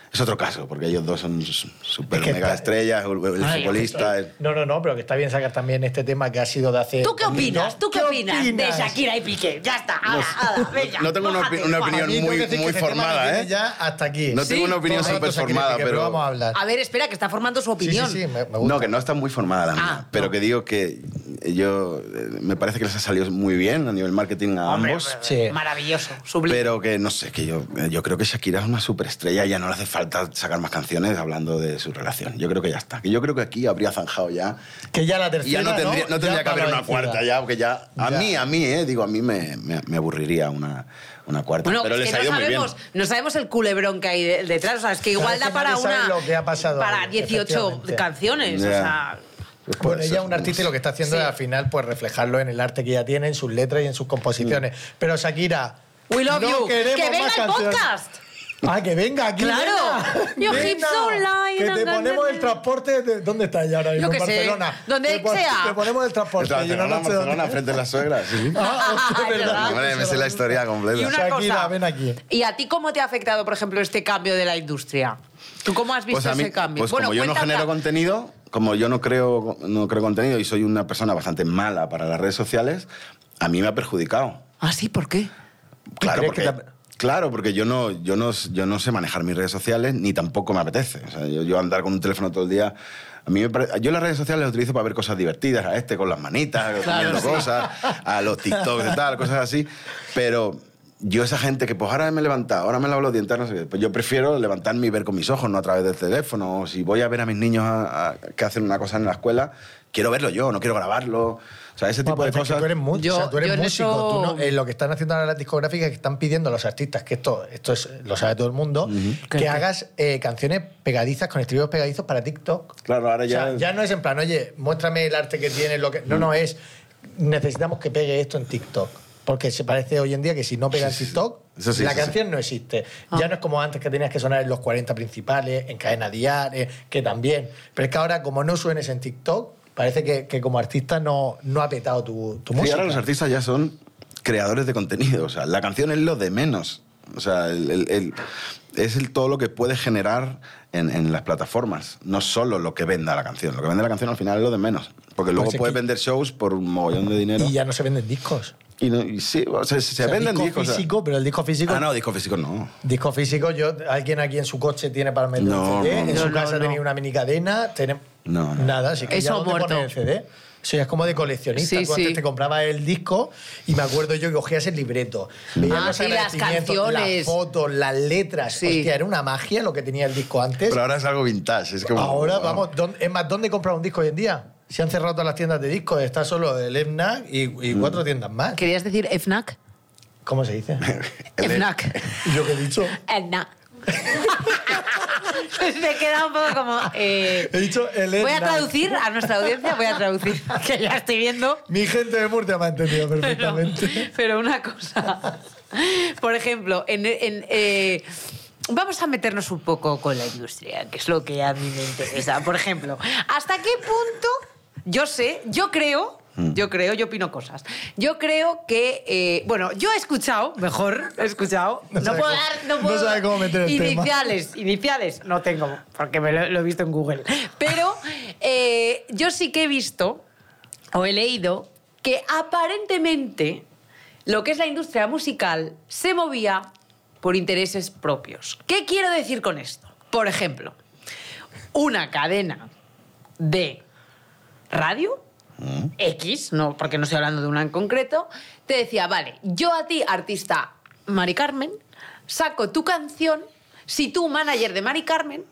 Speaker 4: Es otro caso, porque ellos dos son s- super
Speaker 3: Es que
Speaker 4: mega
Speaker 3: está-
Speaker 4: estrellas, el el
Speaker 2: Ay,
Speaker 4: futbolista. el-
Speaker 3: No, no, no, pero que está bien sacar también este tema que ha sido de hace.
Speaker 2: ¿Tú
Speaker 4: eh,
Speaker 2: qué opinas?
Speaker 3: ¿No?
Speaker 2: ¿Tú qué, opinas, de Shakira y Piqué? Ya está, ala, ala, venga.
Speaker 4: no tengo una
Speaker 2: mójate,
Speaker 4: opi- una
Speaker 2: Juan.
Speaker 4: opinión
Speaker 3: A mí tengo
Speaker 4: muy-
Speaker 3: que decir que
Speaker 4: muy
Speaker 3: ese tema me
Speaker 4: formada,
Speaker 3: tiene
Speaker 4: ¿eh?
Speaker 3: Ya hasta aquí.
Speaker 4: No tengo una opinión
Speaker 3: Todo el rato
Speaker 4: súper
Speaker 3: se critica,
Speaker 4: formada, pero.
Speaker 3: vamos a hablar.
Speaker 2: A ver, espera, que está formando su
Speaker 3: Sí, sí,
Speaker 2: Ah, opinión.
Speaker 3: sí, me, me gusta.
Speaker 4: No, que no está muy formada la mía,
Speaker 2: Ah,
Speaker 4: pero
Speaker 2: no.
Speaker 4: que digo que yo eh, me parece que les ha salido muy bien a nivel marketing a
Speaker 2: Hombre, pues,
Speaker 4: ambos.
Speaker 3: Sí.
Speaker 2: Maravilloso, sublime.
Speaker 4: Pero que no sé, que yo, yo creo que Shakira es una superestrella, ya no le hace falta sacar más canciones hablando de su relación. Yo creo que ya está. Que yo creo que aquí habría zanjado ya.
Speaker 3: Que ya la
Speaker 4: Y
Speaker 3: tercera.
Speaker 4: ya no tendría, no
Speaker 3: Ya
Speaker 4: tendría que
Speaker 3: para
Speaker 4: haber
Speaker 3: la
Speaker 4: una
Speaker 3: tercera.
Speaker 4: cuarta ya, porque ya. A
Speaker 3: Ya.
Speaker 4: mí, a mí, eh, digo, a mí me, me- me aburriría una, una cuarta.
Speaker 2: Bueno,
Speaker 4: pero
Speaker 2: es
Speaker 4: les ha
Speaker 2: que
Speaker 4: ido
Speaker 2: no
Speaker 4: muy bien.
Speaker 2: sabemos, no sabemos el culebrón que hay de- detrás. O sea, es que
Speaker 3: Claro,
Speaker 2: igual
Speaker 3: es que
Speaker 2: da para
Speaker 3: nadie sabe
Speaker 2: una.
Speaker 3: lo que ha pasado
Speaker 2: Para
Speaker 3: ahí,
Speaker 2: 18
Speaker 3: efectivamente.
Speaker 2: canciones.
Speaker 4: Ya.
Speaker 2: O sea.
Speaker 4: Pues puede
Speaker 3: Bueno, ella
Speaker 4: ser,
Speaker 3: es un artista y lo que está haciendo
Speaker 2: Sí.
Speaker 3: es al final pues reflejarlo en el arte que ella tiene, en sus letras y en sus composiciones.
Speaker 4: Mm.
Speaker 3: Pero Shakira,
Speaker 2: We love
Speaker 3: no
Speaker 2: you.
Speaker 3: queremos
Speaker 2: ¡Que venga
Speaker 3: más
Speaker 2: el
Speaker 3: canciones.
Speaker 2: podcast!
Speaker 3: Ah, que venga aquí.
Speaker 2: Claro.
Speaker 3: nena.
Speaker 2: Yo
Speaker 3: Nena,
Speaker 2: hips online,
Speaker 3: Que te
Speaker 2: nada,
Speaker 3: ponemos
Speaker 2: nada.
Speaker 3: el transporte. de- ¿Dónde está ella ahora mismo?
Speaker 2: Yo
Speaker 3: en
Speaker 2: qué sé.
Speaker 3: Barcelona.
Speaker 2: Donde
Speaker 3: Te pon-
Speaker 2: sea.
Speaker 3: Te ponemos el transporte.
Speaker 4: Estaba en
Speaker 3: y una
Speaker 4: Barcelona,
Speaker 3: noche donde-
Speaker 4: Barcelona, frente a la suegra. sí.
Speaker 3: Ah, hostia,
Speaker 2: Es
Speaker 3: verdad.
Speaker 2: verdad.
Speaker 4: Hombre, me sé la historia completa.
Speaker 2: Y una
Speaker 3: Shakira,
Speaker 2: cosa.
Speaker 3: ven aquí.
Speaker 2: ¿Y a ti cómo te ha afectado, por ejemplo, este cambio de la industria? ¿Tú cómo has visto
Speaker 4: Pues a mí,
Speaker 2: ese cambio?
Speaker 4: pues
Speaker 2: Bueno,
Speaker 4: como yo no
Speaker 2: cuéntame-
Speaker 4: genero contenido, como yo no creo, no creo contenido y soy una persona bastante mala para las redes sociales, a mí me ha perjudicado.
Speaker 2: Ah, sí, ¿por qué?
Speaker 4: Claro,
Speaker 3: crees que
Speaker 4: porque,
Speaker 3: te-
Speaker 4: claro, porque yo no, yo, no, yo no sé manejar mis redes sociales ni tampoco me apetece. O sea, yo, yo andar con un teléfono todo el día. A mí me pare- Yo las redes sociales las utilizo para ver cosas divertidas, a este con las manitas, comiendo cosas, a los TikToks y tal, cosas así. Pero yo, esa gente que, pues ahora me he levantado, ahora me lavo los dientes, no sé qué, pues yo prefiero levantarme y ver con mis ojos, no a través del teléfono. O si voy a ver a mis niños a- a- que hacen una cosa en la escuela, quiero verlo yo, no quiero grabarlo. O sea, ese tipo de
Speaker 3: Aparte pues es que
Speaker 4: cosas.
Speaker 3: Tú eres, mu-
Speaker 2: Yo-
Speaker 3: o sea, tú eres
Speaker 2: yo en
Speaker 3: músico.
Speaker 2: eso-
Speaker 3: tú no- eh, lo que están haciendo ahora las discográficas es que están pidiendo a los artistas, que esto, esto es, lo sabe todo el mundo, que
Speaker 2: ¿Qué?
Speaker 3: hagas eh, canciones pegadizas, con estribillos pegadizos para TikTok.
Speaker 4: Claro, ahora
Speaker 3: O sea,
Speaker 4: ya.
Speaker 3: ya no es en plan, oye, muéstrame el arte que tienes, lo que. No, no, es necesitamos que pegue esto en TikTok. Porque se parece hoy en día que si no pega en
Speaker 4: Sí, sí, sí.
Speaker 3: TikTok,
Speaker 4: Eso sí,
Speaker 3: la
Speaker 4: eso sí.
Speaker 3: canción no existe. Ya no es como antes que tenías que sonar en los 40 principales, en cadena diaria, que también. Pero es que ahora, como no suenes en TikTok, parece que, que como artista no, no ha petado tu, tu
Speaker 4: Sí,
Speaker 3: música.
Speaker 4: ahora los artistas ya son creadores de contenido. O sea, la canción es lo de menos. O sea, el- el- el- es el, todo lo que puede generar en, en las plataformas. No solo lo que venda la canción. Lo que vende la canción al final es lo de menos. Porque luego
Speaker 3: Pues es
Speaker 4: puedes
Speaker 3: que-
Speaker 4: vender shows por un mogollón de dinero.
Speaker 3: Y
Speaker 4: Y,
Speaker 3: ya no se venden discos.
Speaker 4: no- y sí, o sea, se, se
Speaker 3: O sea,
Speaker 4: venden
Speaker 3: disco
Speaker 4: discos. o sea-
Speaker 3: físico, pero el disco físico.
Speaker 4: Ah, no, disco físico no.
Speaker 3: Disco físico, yo, alguien aquí en su coche tiene para meter
Speaker 4: No,
Speaker 3: un CD,
Speaker 4: no, no.
Speaker 3: en su
Speaker 2: No,
Speaker 3: casa
Speaker 2: no,
Speaker 3: tenía
Speaker 2: no.
Speaker 3: una mini cadena, tenemos
Speaker 4: No, no.
Speaker 3: nada, así que
Speaker 2: Eso
Speaker 3: ya dónde
Speaker 2: muerto.
Speaker 3: pones el CD. Eso ya es como de coleccionista.
Speaker 2: Sí,
Speaker 3: Tú antes
Speaker 2: sí.
Speaker 3: te comprabas el disco y me acuerdo yo que cogías el libreto. Veías
Speaker 2: Ah,
Speaker 3: los
Speaker 2: sí, las
Speaker 3: agradecimientos,
Speaker 2: canciones.
Speaker 3: Las fotos, las letras.
Speaker 2: Sí.
Speaker 3: Hostia, era una magia lo que tenía el disco antes.
Speaker 4: Pero ahora es algo vintage. Es como,
Speaker 3: ahora,
Speaker 4: wow.
Speaker 3: vamos, ¿dónde- es más, ¿dónde compras un disco hoy en día? Se han cerrado todas las tiendas de discos, está solo el FNAC y, y
Speaker 4: Mm.
Speaker 3: cuatro tiendas más.
Speaker 2: ¿Querías decir FNAC?
Speaker 3: ¿Cómo se dice?
Speaker 2: FNAC.
Speaker 3: ¿Yo qué he dicho?
Speaker 2: FNAC. Me queda un poco como... eh,
Speaker 3: He dicho el
Speaker 2: voy a
Speaker 3: FNAC.
Speaker 2: traducir a nuestra audiencia, voy a traducir, que ya estoy viendo
Speaker 3: Mi gente de Murcia me ha entendido
Speaker 2: Pero,
Speaker 3: perfectamente.
Speaker 2: pero una cosa. Por ejemplo, en, en, eh, vamos a meternos un poco con la industria, que es lo que a mí me interesa. Por ejemplo, ¿hasta qué punto yo sé, yo creo... Yo creo, yo opino cosas. Yo creo que, eh, bueno, yo he escuchado, mejor, he escuchado.
Speaker 3: No
Speaker 2: No,
Speaker 3: sabe
Speaker 2: puedo
Speaker 3: cómo-
Speaker 2: dar, no
Speaker 3: no
Speaker 2: puedo
Speaker 3: sabe cómo meter el tema.
Speaker 2: Iniciales, iniciales, no tengo, porque me lo, lo he visto en Google. Pero eh, yo sí que he visto o he leído que aparentemente lo que es la industria musical se movía por intereses propios. ¿Qué quiero decir con esto? Por ejemplo, una cadena de radio X, no, porque no estoy hablando de una en concreto, te decía, vale, yo a ti, artista Mari Carmen, saco tu canción si tú, manager de Mari Carmen,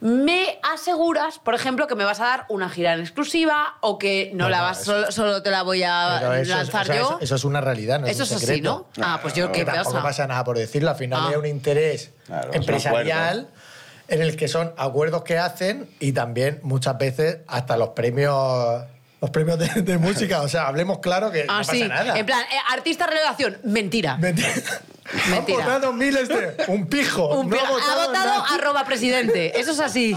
Speaker 2: me aseguras, por ejemplo, que me vas a dar una gira en exclusiva o que no,
Speaker 3: No,
Speaker 2: la
Speaker 3: no,
Speaker 2: vas,
Speaker 3: eso-
Speaker 2: solo, solo te la voy a
Speaker 3: Pero eso, es, o
Speaker 2: Ah, lanzar
Speaker 3: sea,
Speaker 2: yo.
Speaker 3: eso, eso es una realidad, no es
Speaker 2: Eso
Speaker 3: un
Speaker 2: es así,
Speaker 3: secreto.
Speaker 2: ¿no? Ah, pues yo qué
Speaker 3: que tampoco
Speaker 2: pasa.
Speaker 3: pasa nada por decirlo. Al final
Speaker 2: Ah.
Speaker 3: hay un interés
Speaker 4: Claro, es un
Speaker 3: empresarial en el que son acuerdos que hacen y también muchas veces hasta los premios los premios de, de música. O sea, hablemos claro que
Speaker 2: Ah,
Speaker 3: no
Speaker 2: sí.
Speaker 3: pasa nada.
Speaker 2: En plan, eh, artista revelación, mentira.
Speaker 3: Mentira. Han
Speaker 2: Mentira.
Speaker 3: votado miles de... Un pijo.
Speaker 2: Un
Speaker 3: no
Speaker 2: pi-
Speaker 3: ha votado,
Speaker 2: ha votado
Speaker 3: nadie.
Speaker 2: arroba presidente. Eso es así.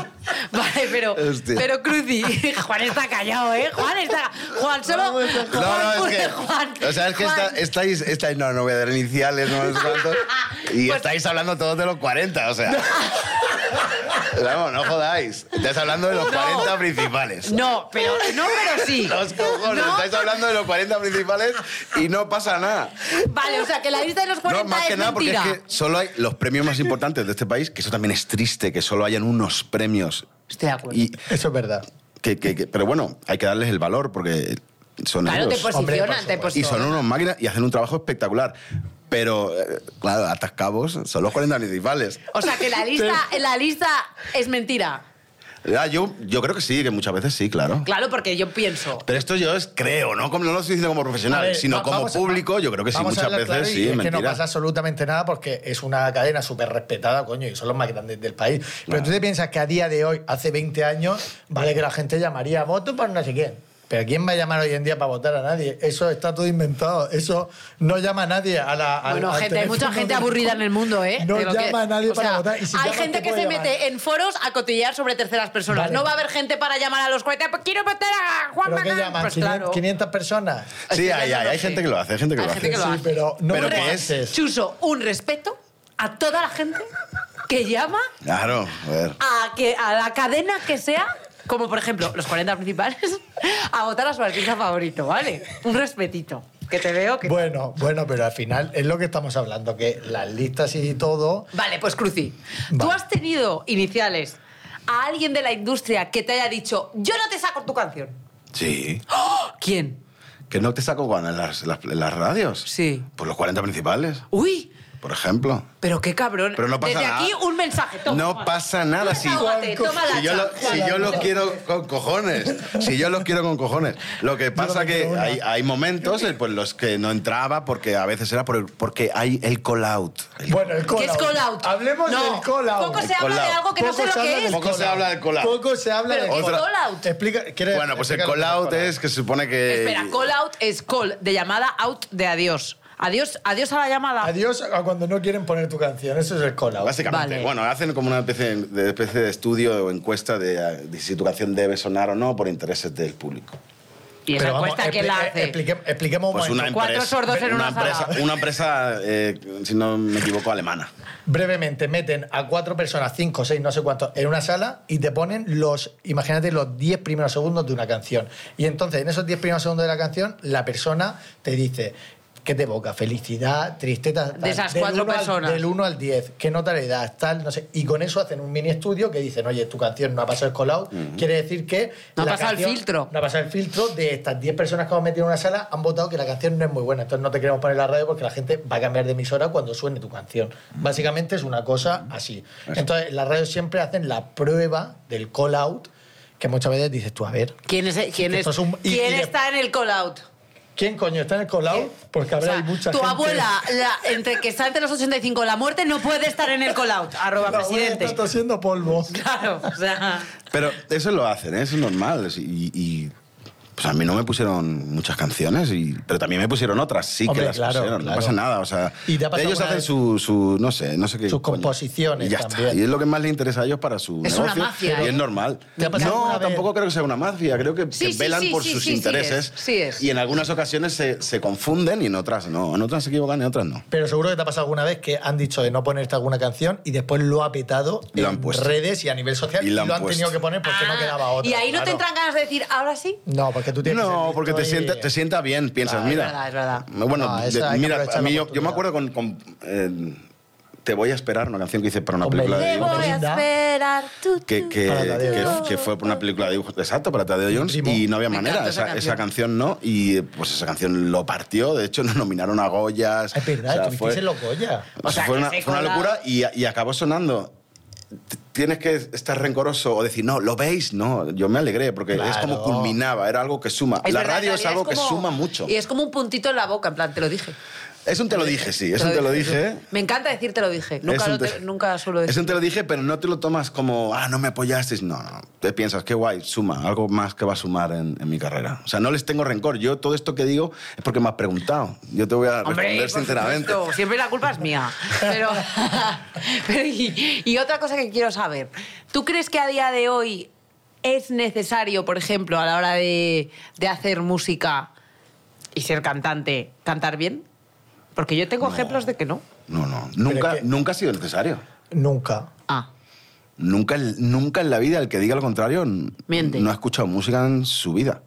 Speaker 2: Vale, pero,
Speaker 4: Hostia.
Speaker 2: pero Cruci, Juan está callado, ¿eh? Juan está. Juan, solo.
Speaker 3: No, no,
Speaker 4: No, no, es que.
Speaker 2: Juan,
Speaker 4: o sea, es que
Speaker 2: Juan.
Speaker 4: está- estáis, estáis. No, no voy a dar iniciales, no sé cuántos. Y
Speaker 2: Pues-
Speaker 4: estáis hablando todos de los 40, o sea. Vamos, no jodáis. Estáis hablando de los 40 principales.
Speaker 2: No, pero, no, pero sí.
Speaker 4: Los cojones,
Speaker 2: No.
Speaker 4: estáis hablando de los 40 principales y no pasa nada.
Speaker 2: Vale, o sea, que la lista de los 40
Speaker 4: No, más
Speaker 2: es
Speaker 4: que nada porque
Speaker 2: mentira.
Speaker 4: es que solo hay los premios más importantes de este país, que eso también es triste, que solo hayan unos premios.
Speaker 2: Estoy de acuerdo.
Speaker 4: Y
Speaker 3: Eso es verdad.
Speaker 4: que, que- que- pero bueno, hay que darles el valor porque son
Speaker 2: claro, te
Speaker 4: ellos.
Speaker 2: posicionan,
Speaker 3: Hombre, por
Speaker 2: te
Speaker 3: supuesto.
Speaker 4: Y
Speaker 2: posicionan.
Speaker 4: son unos máquinas y hacen un trabajo espectacular. Pero, eh, claro, atascabos son los 40 principales.
Speaker 2: O sea, que la lista, la lista es mentira.
Speaker 4: Ya, yo, yo creo que sí, que muchas veces sí, claro.
Speaker 2: Claro, porque yo pienso.
Speaker 4: Pero esto yo es creo, ¿no? Como, no lo estoy diciendo como profesional,
Speaker 3: A ver,
Speaker 4: sino
Speaker 3: va-
Speaker 4: como
Speaker 3: vamos a-
Speaker 4: público, yo creo que sí,
Speaker 3: vamos a
Speaker 4: muchas
Speaker 3: hablar
Speaker 4: veces
Speaker 3: claro y
Speaker 4: sí,
Speaker 3: es
Speaker 4: mentira.
Speaker 3: que no pasa absolutamente nada porque es una cadena súper respetada, coño, y son los más grandes del país. Pero
Speaker 4: Claro.
Speaker 3: tú te piensas que a día de hoy, hace 20 años, vale que la gente llamaría a voto para no sé quién. Pero ¿quién va a llamar hoy en día para votar a nadie? Eso está todo inventado. Eso no llama a nadie a la... al-
Speaker 2: Bueno,
Speaker 3: al
Speaker 2: gente, hay mucha
Speaker 3: teléfono
Speaker 2: gente
Speaker 3: del-
Speaker 2: aburrida en el mundo, ¿eh?
Speaker 3: No
Speaker 2: De lo
Speaker 3: llama a nadie
Speaker 2: o
Speaker 3: para
Speaker 2: sea,
Speaker 3: votar, y si
Speaker 2: hay
Speaker 3: llama,
Speaker 2: gente
Speaker 3: te
Speaker 2: que se
Speaker 3: puede llamar.
Speaker 2: mete en foros a cotillar sobre terceras personas.
Speaker 3: Vale.
Speaker 2: No va a haber gente para llamar a los 40. Pues quiero votar a Juan
Speaker 3: ¿Pero qué
Speaker 2: Magán.
Speaker 3: llaman?
Speaker 2: Pues
Speaker 3: 500,
Speaker 2: claro.
Speaker 3: 500 personas.
Speaker 4: Sí,
Speaker 2: Esto ya
Speaker 4: hay,
Speaker 2: no
Speaker 4: hay,
Speaker 2: lo
Speaker 4: hay
Speaker 2: sé.
Speaker 4: gente que lo hace, hay gente que
Speaker 2: Hay
Speaker 4: lo
Speaker 2: gente
Speaker 4: hace.
Speaker 2: que lo
Speaker 3: Sí,
Speaker 2: hace.
Speaker 3: pero no lo
Speaker 4: Pero ¿qué
Speaker 3: haces.
Speaker 2: Chuso, un respeto a toda la gente que llama
Speaker 4: Claro, a ver.
Speaker 2: a, que, a la cadena que sea, como por ejemplo los 40 principales, a votar a su artista favorito, ¿vale? Un respetito. Que te veo que...
Speaker 3: Bueno, bueno, pero al final es lo que estamos hablando, que las listas y todo...
Speaker 2: Vale, pues Cruci, ¿tú
Speaker 3: Vale.
Speaker 2: has tenido iniciales a alguien de la industria que te haya dicho, yo no te saco tu canción?
Speaker 4: Sí.
Speaker 2: ¡Oh! ¿Quién?
Speaker 4: Que no te saco ganas en las, las, las radios.
Speaker 2: Sí.
Speaker 4: Pues los 40 principales,
Speaker 2: Uy,
Speaker 4: por ejemplo.
Speaker 2: pero qué cabrón.
Speaker 4: Pero no pasa
Speaker 2: Desde
Speaker 4: nada.
Speaker 2: aquí un mensaje. Toma,
Speaker 4: No
Speaker 2: Juan.
Speaker 4: pasa nada
Speaker 2: Tú
Speaker 4: si,
Speaker 2: desahógate, toma la
Speaker 4: si yo, lo,
Speaker 2: chapa.
Speaker 4: si yo los quiero con cojones. Si yo los quiero con cojones. Lo que pasa
Speaker 3: también
Speaker 4: que
Speaker 3: quiero una.
Speaker 4: hay, hay momentos en pues, los que no entraba porque a veces era por el- porque hay el call out. El-
Speaker 3: Bueno, el call
Speaker 2: ¿Qué es
Speaker 3: out.
Speaker 2: call out?
Speaker 3: Hablemos
Speaker 2: No,
Speaker 3: del call out.
Speaker 2: Poco se
Speaker 4: El
Speaker 2: habla
Speaker 4: call
Speaker 2: de
Speaker 4: out.
Speaker 2: algo que no sé lo
Speaker 3: habla
Speaker 2: que
Speaker 3: del
Speaker 2: es.
Speaker 4: Poco se
Speaker 3: call out.
Speaker 4: habla del call out.
Speaker 3: Poco se habla
Speaker 2: Pero
Speaker 3: del
Speaker 2: ¿qué es
Speaker 4: Otra-
Speaker 2: call out?
Speaker 3: Explica, ¿quieres
Speaker 4: bueno, pues el
Speaker 3: explicar
Speaker 4: call
Speaker 3: lo que
Speaker 4: out
Speaker 3: es
Speaker 4: es que se supone que.
Speaker 2: Espera, call out es call, de llamada out de adiós. Adiós, adiós a la llamada.
Speaker 3: Adiós a cuando no quieren poner tu canción. Eso es el call out.
Speaker 4: Básicamente.
Speaker 2: Vale.
Speaker 4: Bueno, hacen como una especie de, especie de estudio o encuesta de, eh, de si tu canción debe sonar o no por intereses del público.
Speaker 2: Y esa
Speaker 3: vamos,
Speaker 2: encuesta, ¿quién
Speaker 3: expli-
Speaker 2: la
Speaker 3: eh,
Speaker 2: hace?
Speaker 3: explique- expliquemos un
Speaker 4: Pues
Speaker 3: momento.
Speaker 4: una
Speaker 2: Cuatro
Speaker 4: empresa,
Speaker 2: sordos en una
Speaker 4: empresa,
Speaker 2: sala.
Speaker 4: una empresa, eh, si no me equivoco, alemana.
Speaker 3: Brevemente, meten a cuatro personas, cinco, seis, no sé cuántos, en una sala y te ponen los, imagínate, los diez primeros segundos de una canción. Y entonces, en esos diez primeros segundos de la canción, la persona te dice. ¿Qué te evoca? Felicidad, tristeza. tal.
Speaker 2: De esas
Speaker 3: Del
Speaker 2: cuatro
Speaker 3: uno al-
Speaker 2: personas.
Speaker 3: del 1 al 10. ¿Qué nota le das? Tal, no sé. Y con eso hacen un mini estudio que dicen, oye, tu canción no ha pasado el colado. Quiere decir que...
Speaker 2: No ha
Speaker 3: la
Speaker 2: pasado el
Speaker 3: canción-
Speaker 2: filtro.
Speaker 3: No ha pasado el filtro de estas 10 personas que hemos metido en una sala han votado que la canción no es muy buena. Entonces no te queremos poner en la radio porque la gente va a cambiar de emisora cuando suene tu canción. Básicamente es una cosa así. Entonces las radios siempre hacen la prueba del call out que muchas veces dices tú, a ver,
Speaker 2: ¿Quién, es, quién, es,
Speaker 3: Esto es un- y-
Speaker 2: ¿quién
Speaker 3: y-
Speaker 2: está en el call out?
Speaker 3: ¿quién coño está en el colado? Porque
Speaker 2: O
Speaker 3: habrá
Speaker 2: sea,
Speaker 3: hay mucha
Speaker 2: tu
Speaker 3: gente-
Speaker 2: abuela, la- entre que está entre los 85 y la muerte, no puede estar en el call out. Arroba
Speaker 3: La abuela
Speaker 2: presidente.
Speaker 3: está tosiendo polvo.
Speaker 2: Claro, o sea.
Speaker 4: Pero eso lo hacen, ¿eh? eso es normal. es- Y, y, pues a mí no me pusieron muchas canciones, y, pero también me pusieron otras, sí
Speaker 3: Hombre,
Speaker 4: que las
Speaker 3: claro,
Speaker 4: pusieron.
Speaker 3: claro.
Speaker 4: No pasa nada, o sea,
Speaker 3: ¿Y te ha pasado
Speaker 4: ellos
Speaker 3: alguna
Speaker 4: hacen
Speaker 3: vez?
Speaker 4: su, su- no sé, no sé qué.
Speaker 3: Sus
Speaker 4: coño.
Speaker 3: composiciones
Speaker 4: Y ya
Speaker 3: también.
Speaker 4: está. Y es lo que más les interesa a ellos para su
Speaker 2: Es
Speaker 4: negocio.
Speaker 2: una mafia,
Speaker 4: Y
Speaker 2: ¿eh?
Speaker 4: es normal.
Speaker 3: ¿Te ha pasado alguna
Speaker 4: No,
Speaker 3: vez?
Speaker 4: tampoco creo que sea una mafia. Creo que,
Speaker 2: Sí,
Speaker 4: que
Speaker 2: sí,
Speaker 4: velan
Speaker 2: sí,
Speaker 4: por
Speaker 2: sí,
Speaker 4: sus
Speaker 2: sí, sí
Speaker 4: intereses.
Speaker 2: es, sí es.
Speaker 4: Y en algunas ocasiones se, se confunden y en otras no. En otras se equivocan y en otras no.
Speaker 3: Pero seguro que te ha pasado alguna vez que han dicho de no ponerte alguna canción y después lo ha petado
Speaker 4: Y lo
Speaker 3: en
Speaker 4: han puesto.
Speaker 3: redes y a nivel social y,
Speaker 4: Y lo han
Speaker 3: lo han tenido
Speaker 4: puesto.
Speaker 3: que poner porque no
Speaker 2: ah,
Speaker 3: quedaba otra.
Speaker 2: Y ahí no te
Speaker 3: claro.
Speaker 2: entran ganas de decir, ahora sí.
Speaker 3: No, porque tú tienes.
Speaker 4: No, porque te, sienta, te sienta bien, piensas,
Speaker 2: es
Speaker 4: mira.
Speaker 2: verdad, es verdad.
Speaker 4: Bueno,
Speaker 3: No,
Speaker 4: de-
Speaker 3: esa hay que
Speaker 4: mira,
Speaker 3: aprovechar
Speaker 4: a mí
Speaker 3: la
Speaker 4: yo, yo me
Speaker 3: oportunidad.
Speaker 4: acuerdo con. con, eh, te voy a esperar, una canción que hice para una
Speaker 3: Hombre,
Speaker 4: película de
Speaker 3: Te
Speaker 2: Te
Speaker 3: digo,
Speaker 4: dibujos.
Speaker 2: voy a
Speaker 3: Belinda.
Speaker 2: esperar. tú,
Speaker 4: Que,
Speaker 2: tú.
Speaker 4: que,
Speaker 3: Para Tadeo
Speaker 4: que-
Speaker 3: Jones.
Speaker 4: que fue por una película de dibujos. Exacto, para Tadeo Jones.
Speaker 3: Primo.
Speaker 4: Y no había
Speaker 2: Me
Speaker 4: manera.
Speaker 2: encanta esa
Speaker 4: Esa,
Speaker 2: canción.
Speaker 4: esa canción no. Y eh, pues esa canción lo partió. De hecho, nos nominaron a Goyas.
Speaker 3: Es
Speaker 4: O
Speaker 3: verdad,
Speaker 4: sea,
Speaker 3: estuvisteis en los Goya.
Speaker 4: o
Speaker 2: sea,
Speaker 4: sea, fue,
Speaker 2: que
Speaker 4: una,
Speaker 2: se
Speaker 4: fue una
Speaker 2: cola-
Speaker 4: locura y, y acabó sonando. T- Tienes que estar rencoroso o decir, no, ¿lo veis? No, yo me alegré porque es
Speaker 3: Claro.
Speaker 4: como culminaba, era algo que suma.
Speaker 2: Es
Speaker 4: la
Speaker 2: verdad, en
Speaker 4: radio es
Speaker 2: realidad
Speaker 4: algo que
Speaker 2: como-
Speaker 4: suma mucho.
Speaker 2: Y es como un puntito en la boca, en plan, te lo dije.
Speaker 4: Es un te lo dije, sí, es un te lo dije.
Speaker 2: Me encanta decir te lo dije. Nunca,
Speaker 4: Es
Speaker 2: lo
Speaker 4: un
Speaker 2: te-
Speaker 4: te-
Speaker 2: nunca suelo
Speaker 4: Es
Speaker 2: decir.
Speaker 4: un te lo dije, pero no te lo tomas como, ah, no me apoyasteis. No, no. Te piensas, qué guay, suma, algo más que va a sumar en, en mi carrera. O sea, no les tengo rencor. Yo todo esto que digo es porque me has preguntado. Yo te voy a responder
Speaker 2: Hombre, por
Speaker 4: sinceramente.
Speaker 2: supuesto, siempre la culpa es mía. Pero, pero y, y otra cosa que quiero saber. ¿Tú crees que a día de hoy es necesario, por ejemplo, a la hora de, de hacer música y ser cantante, cantar bien? Porque yo tengo ejemplos de que no.
Speaker 4: No, no. Nunca,
Speaker 3: es que-
Speaker 4: nunca ha sido necesario.
Speaker 3: Nunca.
Speaker 2: Ah,
Speaker 4: Nunca, nunca en la vida el que diga lo contrario n-
Speaker 2: Miente.
Speaker 4: no ha escuchado música en su vida.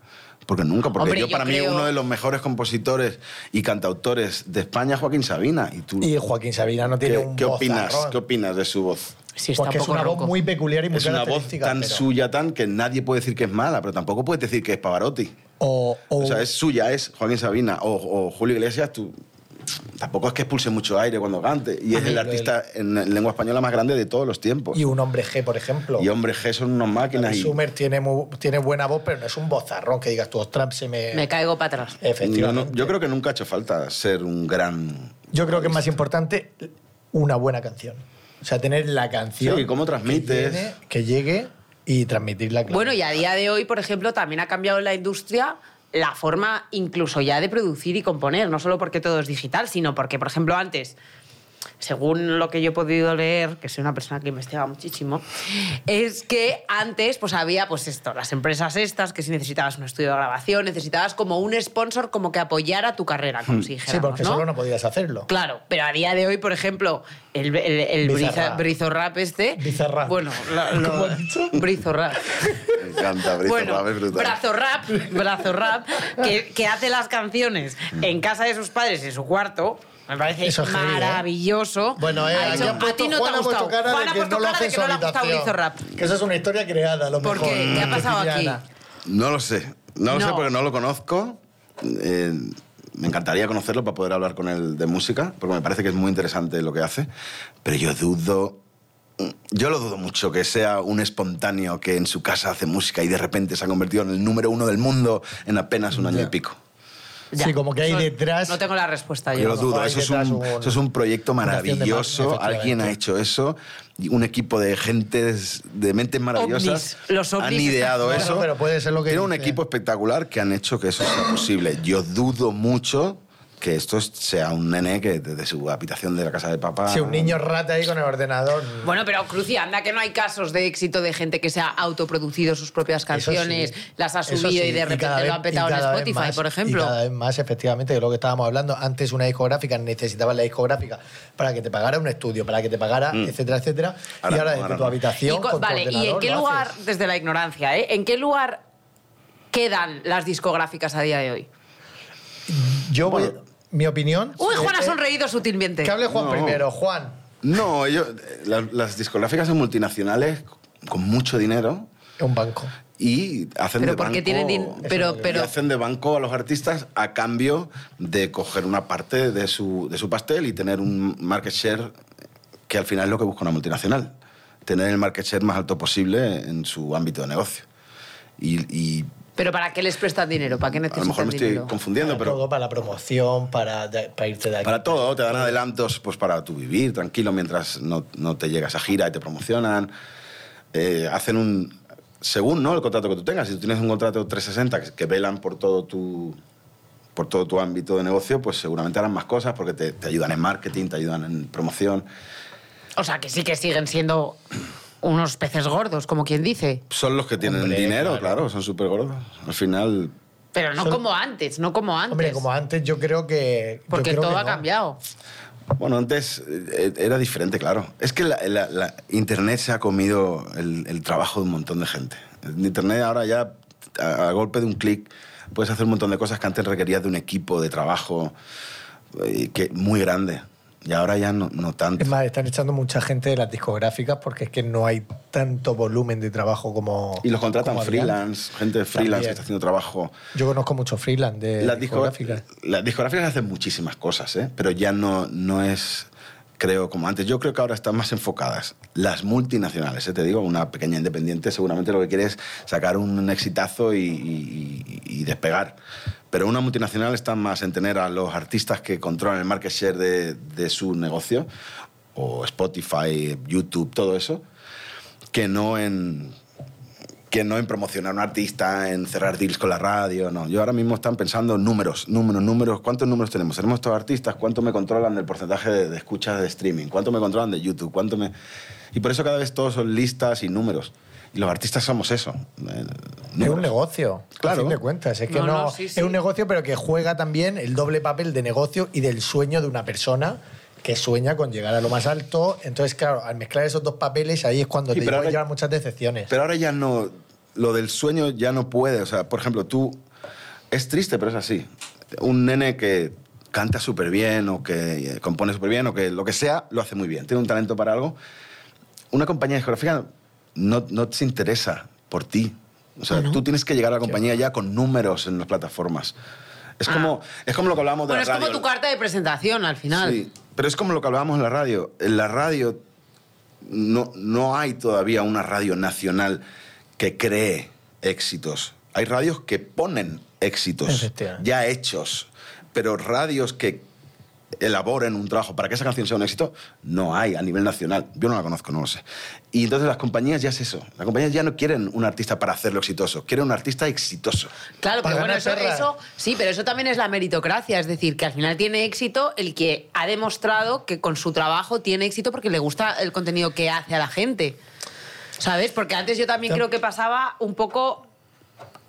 Speaker 4: Porque nunca, porque
Speaker 2: Hombre,
Speaker 4: yo
Speaker 2: yo
Speaker 4: para mí
Speaker 2: creo-
Speaker 4: uno de los mejores compositores y cantautores de España es Joaquín Sabina. Y tú,
Speaker 3: Y Joaquín Sabina no tiene
Speaker 4: ¿qué,
Speaker 3: un
Speaker 4: qué opinas?
Speaker 3: vozarrón.
Speaker 4: ¿Qué opinas de su voz?
Speaker 2: sí, está
Speaker 3: Porque
Speaker 2: un
Speaker 3: es
Speaker 2: poco
Speaker 3: una
Speaker 2: ronco.
Speaker 3: voz muy peculiar y muy
Speaker 4: Es una voz
Speaker 3: característica,
Speaker 4: tan
Speaker 3: pero-
Speaker 4: suya, tan que nadie puede decir que es mala, pero tampoco puedes decir que es Pavarotti.
Speaker 3: O, o-
Speaker 4: O sea, es suya, es Joaquín Sabina o, o Julio Iglesias, tú. Tampoco es que expulse mucho aire cuando cante. Y es
Speaker 3: Ay,
Speaker 4: el
Speaker 3: Joel.
Speaker 4: artista en lengua española más grande de todos los tiempos.
Speaker 3: Y un hombre G, por ejemplo.
Speaker 4: Y hombre, G son unas máquinas. y-
Speaker 3: Summer tiene, mu- tiene buena voz, pero no es un vozarrón que digas tú, ostras, se me...
Speaker 2: Me caigo para atrás.
Speaker 4: No,
Speaker 3: Efectivamente.
Speaker 4: no, yo creo que nunca ha hecho falta ser un gran.
Speaker 3: Yo creo que es más importante una buena canción. O sea, tener la canción.
Speaker 4: Sí, cómo transmites.
Speaker 3: Que, llegue- que llegue y transmitirla claro.
Speaker 2: Bueno, y a día de hoy, por ejemplo, también ha cambiado en la industria la forma incluso ya de producir y componer, no solo porque todo es digital, sino porque, por ejemplo, antes, según lo que yo he podido leer, que soy una persona que investiga muchísimo, es que antes pues había pues esto, las empresas estas, que si necesitabas un estudio de grabación, necesitabas como un sponsor como que apoyara tu carrera, como si
Speaker 3: Hmm. Sí, porque
Speaker 2: dijéramos, ¿no?
Speaker 3: solo no podías hacerlo.
Speaker 2: Claro, pero a día de hoy, por ejemplo, el, el, el
Speaker 3: Bizarrap.
Speaker 2: briza- brizorrap este...
Speaker 3: Bizarrap.
Speaker 2: Bueno, lo, lo-
Speaker 3: ¿Cómo has dicho?
Speaker 2: Brizorrap
Speaker 4: Me encanta, Brito,
Speaker 2: bueno,
Speaker 4: es brutal.
Speaker 2: brazo rap, brazo rap, que, que hace las canciones en casa de sus padres, en su cuarto. Me parece
Speaker 3: Eso es heavy, ¿eh?
Speaker 2: maravilloso.
Speaker 3: Bueno, eh,
Speaker 2: Ha
Speaker 3: aquí
Speaker 2: dicho,
Speaker 3: han puesto-
Speaker 2: a ti no
Speaker 3: Juan
Speaker 2: te
Speaker 3: ha
Speaker 2: ha
Speaker 3: puesto
Speaker 2: gustado.
Speaker 3: cara
Speaker 2: Juan
Speaker 3: de
Speaker 2: ha
Speaker 3: que
Speaker 2: puesto
Speaker 3: no lo
Speaker 2: cara
Speaker 3: hace
Speaker 2: de que no le ha gustado
Speaker 3: habitación.
Speaker 2: Brizo Rap.
Speaker 3: Que esa es una historia creada, a lo mejor.
Speaker 2: ¿Por qué? ¿Qué ha pasado aquí?
Speaker 3: Ana.
Speaker 4: No lo sé. No lo
Speaker 2: No.
Speaker 4: sé porque no lo conozco. Eh, me encantaría conocerlo para poder hablar con él de música, porque me parece que es muy interesante lo que hace. Pero yo dudo. Yo lo dudo mucho que sea un espontáneo que en su casa hace música y de repente se ha convertido en el número uno del mundo en apenas un año
Speaker 3: Ya.
Speaker 4: y pico.
Speaker 2: Ya.
Speaker 3: Sí, como que hay
Speaker 2: No-
Speaker 3: detrás-
Speaker 2: No tengo la respuesta yo.
Speaker 4: Yo lo
Speaker 3: mejor
Speaker 4: dudo.
Speaker 3: hay
Speaker 4: Eso es,
Speaker 3: detrás
Speaker 4: un,
Speaker 3: un-
Speaker 4: eso es un proyecto
Speaker 3: una acción de
Speaker 4: maravilloso.
Speaker 3: marketing,
Speaker 4: Alguien ha
Speaker 3: efectivamente.
Speaker 4: hecho eso. y Un equipo de gentes, de mentes maravillosas,
Speaker 2: Ovnis. Los ovnis
Speaker 4: han
Speaker 2: están-
Speaker 4: ideado
Speaker 3: Bueno,
Speaker 4: eso.
Speaker 3: pero puede ser lo que
Speaker 4: Tiene un
Speaker 3: dice.
Speaker 4: equipo espectacular que han hecho que eso sea posible. Yo dudo mucho que esto sea un nene que desde su habitación de la casa de papá.
Speaker 3: Si un niño rata ahí con el ordenador.
Speaker 2: Bueno, pero Cruci, anda que no hay casos de éxito de gente que se ha autoproducido sus propias
Speaker 3: Eso sí.
Speaker 2: canciones, las ha
Speaker 3: Eso
Speaker 2: subido
Speaker 3: sí,
Speaker 2: y de repente
Speaker 3: cada
Speaker 2: lo
Speaker 3: vez-
Speaker 2: han petado
Speaker 3: y
Speaker 2: en
Speaker 3: cada vez
Speaker 2: Spotify,
Speaker 3: más,
Speaker 2: por ejemplo.
Speaker 3: Y cada vez más, efectivamente, de lo que estábamos hablando. Antes una discográfica necesitaba la discográfica para que te pagara un estudio, para que te pagara, etcétera, etcétera.
Speaker 4: Mm. Ahora
Speaker 3: y
Speaker 4: no,
Speaker 3: ahora
Speaker 4: ahora
Speaker 3: desde tu
Speaker 4: no.
Speaker 3: habitación.
Speaker 2: Y co-
Speaker 3: con tu
Speaker 2: vale, ¿y en
Speaker 3: ordenador
Speaker 2: qué
Speaker 3: lo
Speaker 2: lugar,
Speaker 3: haces.
Speaker 2: desde la ignorancia, ¿eh? en qué lugar quedan las discográficas a día de hoy?
Speaker 3: Yo voy-
Speaker 4: Bueno.
Speaker 3: Mi opinión.
Speaker 2: Uy, Juan ha
Speaker 3: eh,
Speaker 2: sonreído sutilmente.
Speaker 3: Que hable Juan
Speaker 4: No.
Speaker 3: primero. Juan.
Speaker 4: No, ellos, eh, la- las discográficas son multinacionales con mucho dinero
Speaker 3: Un banco.
Speaker 4: y hacen
Speaker 2: Pero
Speaker 4: de
Speaker 2: porque
Speaker 4: banco-
Speaker 2: tienen din- pero,
Speaker 4: Y
Speaker 2: pero,
Speaker 4: hacen de banco a los artistas a cambio de coger una parte de su, de su pastel y tener un market share que al final es lo que busca una multinacional. Tener el market share más alto posible en su ámbito de negocio. Y, y
Speaker 2: Pero ¿para qué les prestas dinero? ¿Para qué
Speaker 4: a
Speaker 2: necesitan
Speaker 4: lo mejor me estoy
Speaker 2: dinero?
Speaker 4: confundiendo,
Speaker 3: para
Speaker 4: pero
Speaker 3: todo, para la promoción, para, de- para irte de aquí.
Speaker 4: Para todo, te dan adelantos pues para tu vivir tranquilo mientras no, no te llegas a gira y te promocionan. Eh, hacen un. Según ¿no? el contrato que tú tengas, si tú tienes un contrato 360 que, que velan por todo tu por todo tu ámbito de negocio, pues seguramente harán más cosas porque te, te ayudan en marketing, te ayudan en promoción.
Speaker 2: O sea, que sí que siguen siendo unos peces gordos, como quien dice.
Speaker 4: Son los que tienen
Speaker 3: Hombre,
Speaker 4: dinero,
Speaker 3: claro.
Speaker 4: claro. son súper gordos. Al final,
Speaker 2: Pero no
Speaker 3: Son-
Speaker 2: como antes, no como antes.
Speaker 3: Hombre, como antes, yo creo que. yo
Speaker 2: porque
Speaker 3: creo
Speaker 2: todo
Speaker 3: que
Speaker 2: ha
Speaker 3: no.
Speaker 2: cambiado.
Speaker 4: bueno, antes eh, era diferente, claro. Es que la, la- la Internet se ha comido el, el trabajo de un montón de gente. En Internet ahora ya, a, a golpe de un clic, puedes hacer un montón de cosas que antes requerías de un equipo de trabajo eh, que, muy grande. Y ahora ya no, no tanto.
Speaker 3: Es más, están echando mucha gente de las discográficas porque es que no hay tanto volumen de trabajo como.
Speaker 4: Y los contratan
Speaker 3: como había antes.
Speaker 4: freelance, gente freelance
Speaker 3: También.
Speaker 4: que está haciendo trabajo.
Speaker 3: Yo conozco muchos freelance de
Speaker 4: las,
Speaker 3: discográficas.
Speaker 4: discográficas. las discográficas hacen muchísimas cosas, ¿eh? pero ya no, no es, creo, como antes. Yo creo que ahora están más enfocadas. Las multinacionales, ¿eh? te digo, una pequeña independiente seguramente lo que quiere es sacar un exitazo y, y- y- y despegar. Pero una multinacional está más en tener a los artistas que controlan el market share de, de su negocio, o Spotify, YouTube, todo eso, que no en que no en promocionar a un artista, en cerrar deals con la radio, no. Yo ahora mismo están pensando números, números, números. ¿Cuántos números tenemos? ¿Tenemos estos artistas? ¿Cuánto me controlan del porcentaje de, de escuchas de streaming? ¿Cuánto me controlan de YouTube? ¿Cuánto me...? Y por eso cada vez todos son listas y números. Y los artistas somos eso. eh,
Speaker 3: Es
Speaker 4: números.
Speaker 3: un negocio, claro.
Speaker 4: Claro.
Speaker 3: a fin de cuentas. Es que
Speaker 2: No,
Speaker 3: no,
Speaker 2: no, sí, sí.
Speaker 3: es un negocio, pero que juega también el doble papel de negocio y del sueño de una persona que sueña con llegar a lo más alto. Entonces, claro, al mezclar esos dos papeles, ahí es cuando
Speaker 4: Sí,
Speaker 3: te
Speaker 4: pero
Speaker 3: puede
Speaker 4: ahora-
Speaker 3: llevar muchas decepciones.
Speaker 4: Pero ahora ya no. Lo del sueño ya no puede. O sea, por ejemplo, tú. Es triste, pero es así. Un nene que canta súper bien o que eh, compone súper bien o que lo que sea, lo hace muy bien. Tiene un talento para algo. Una compañía discográfica no, no se interesa por ti. O sea, tú tienes que llegar a la compañía ya con números en las plataformas. Es,
Speaker 2: Ah.
Speaker 4: como, es como lo que hablábamos de
Speaker 2: Bueno,
Speaker 4: la
Speaker 2: es como
Speaker 4: radio.
Speaker 2: tu carta de presentación al final.
Speaker 4: Sí, pero es como lo que hablábamos en la radio. En la radio no, no hay todavía una radio nacional que cree éxitos. Hay radios que ponen éxitos
Speaker 3: Efectivamente.
Speaker 4: ya hechos, pero radios que elaboren un trabajo para que esa canción sea un éxito, no hay a nivel nacional. Yo no la conozco, no lo sé. Y entonces las compañías ya es eso. Las compañías ya no quieren un artista para hacerlo exitoso, quieren un artista exitoso.
Speaker 2: Claro,
Speaker 3: Para
Speaker 2: pero bueno,
Speaker 3: ganar
Speaker 2: eso,
Speaker 3: perra.
Speaker 2: eso- sí, pero eso también es la meritocracia, es decir, que al final tiene éxito el que ha demostrado que con su trabajo tiene éxito porque le gusta el contenido que hace a la gente. ¿Sabes? Porque antes yo también
Speaker 3: Ya.
Speaker 2: creo que pasaba un poco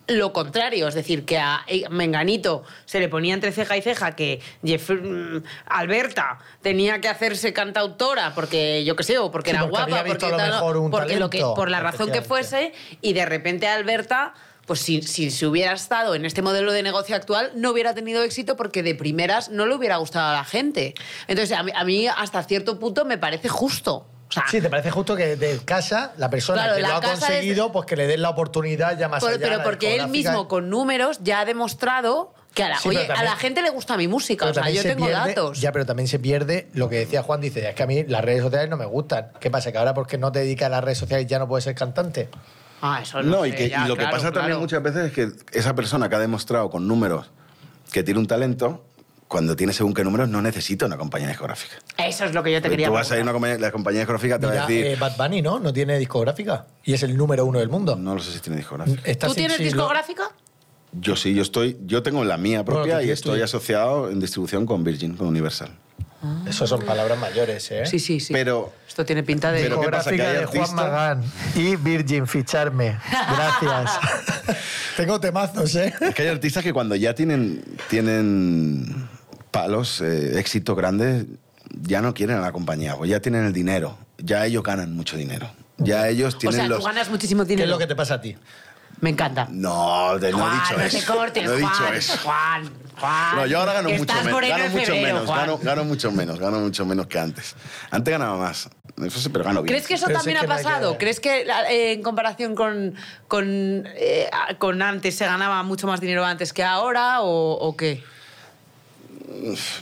Speaker 2: lo contrario, es decir, que a eh, Menganito se le ponía entre ceja y ceja que Jeff- mm, Alberta tenía que hacerse cantautora porque yo qué sé, o porque
Speaker 3: Sí,
Speaker 2: era
Speaker 3: porque
Speaker 2: guapa,
Speaker 3: había visto
Speaker 2: porque,
Speaker 3: a lo
Speaker 2: tal,
Speaker 3: mejor un
Speaker 2: porque lo que-
Speaker 3: talento,
Speaker 2: por la razón que
Speaker 3: efectivamente.
Speaker 2: fuese fuese, ¿eh? y de repente Alberta, pues si, si se hubiera estado en este modelo de negocio actual, no hubiera tenido éxito porque de primeras no le hubiera gustado a la gente. Entonces, a mí, a mí hasta cierto punto me parece justo. O sea,
Speaker 3: Sí, te parece justo que de casa la persona
Speaker 2: Claro,
Speaker 3: que
Speaker 2: la
Speaker 3: lo ha
Speaker 2: casa es-
Speaker 3: conseguido, pues que le den la oportunidad ya más
Speaker 2: por-
Speaker 3: allá. de
Speaker 2: pero
Speaker 3: la
Speaker 2: porque él
Speaker 3: discográfica.
Speaker 2: mismo con números ya ha demostrado que a la,
Speaker 3: Sí,
Speaker 2: oye,
Speaker 3: pero también-
Speaker 2: a la gente le gusta mi música.
Speaker 3: Pero
Speaker 2: o sea, yo
Speaker 3: también se
Speaker 2: tengo
Speaker 3: pierde-
Speaker 2: datos.
Speaker 3: Ya, pero también se pierde lo que decía Juan, dice, es que a mí las redes sociales no me gustan. ¿Qué pasa? Que ahora porque no te dedicas a las redes sociales ya no puedes ser cantante.
Speaker 2: Ah, eso
Speaker 4: No,
Speaker 2: no
Speaker 4: y,
Speaker 2: sé,
Speaker 4: que- y
Speaker 2: ya,
Speaker 4: lo que
Speaker 2: claro,
Speaker 4: pasa también
Speaker 2: claro.
Speaker 4: muchas veces es que esa persona que ha demostrado con números que tiene un talento, cuando tiene según qué números, no necesita una compañía discográfica.
Speaker 2: Eso es lo que yo te
Speaker 4: Porque
Speaker 2: quería
Speaker 4: Tú vas a ir a
Speaker 2: preguntar.
Speaker 4: una compañía, la compañía discográfica te va
Speaker 3: Mira,
Speaker 4: a decir,
Speaker 3: eh, Bad Bunny, ¿no? No tiene discográfica. Y es el número uno del mundo.
Speaker 4: no lo sé si tiene discográfica.
Speaker 3: Está
Speaker 2: ¿Tú
Speaker 3: sin-
Speaker 2: tienes
Speaker 3: sí, lo-
Speaker 2: discográfica?
Speaker 4: Yo sí, yo estoy, yo tengo la mía
Speaker 3: Bueno,
Speaker 4: propia
Speaker 3: tú
Speaker 4: y
Speaker 3: tienes
Speaker 4: estoy
Speaker 3: tuya.
Speaker 4: asociado en distribución con Virgin, con Universal.
Speaker 3: Eso son palabras mayores, ¿eh?
Speaker 2: Sí, sí, sí.
Speaker 4: Pero-
Speaker 2: Esto tiene pinta de...
Speaker 4: Pero ¿qué pasa? Que hay artistas-
Speaker 3: Magán y Virgin, ficharme. Gracias. Tengo temazos, ¿eh?
Speaker 4: Es que hay artistas que cuando ya tienen, tienen palos, eh, éxito grande, ya no quieren a la compañía, pues ya tienen el dinero, ya ellos ganan mucho dinero. Ya ellos
Speaker 2: o
Speaker 4: tienen
Speaker 2: sea,
Speaker 4: los...
Speaker 2: tú ganas muchísimo
Speaker 3: ¿Qué
Speaker 2: dinero.
Speaker 3: es lo que te pasa a ti?
Speaker 2: Me encanta.
Speaker 4: No, de- no he dicho
Speaker 2: no
Speaker 4: eso.
Speaker 2: te cortes,
Speaker 4: no he dicho
Speaker 2: Juan,
Speaker 4: eso.
Speaker 2: Juan, Juan.
Speaker 4: No, yo ahora gano
Speaker 2: que
Speaker 4: mucho,
Speaker 2: estás
Speaker 4: menos,
Speaker 2: moreno
Speaker 4: gano
Speaker 2: en
Speaker 4: mucho
Speaker 2: febrero,
Speaker 4: menos.
Speaker 2: Juan.
Speaker 4: Gano, gano mucho menos, gano mucho menos que antes. Antes ganaba más. Eso sí, pero gano bien.
Speaker 2: ¿Crees que eso
Speaker 3: Pero
Speaker 2: también
Speaker 3: sí que
Speaker 2: ha
Speaker 3: no hay que-
Speaker 2: pasado? ¿Crees que la- eh, en comparación con, con, eh, a- con antes se ganaba mucho más dinero antes que ahora o, o qué?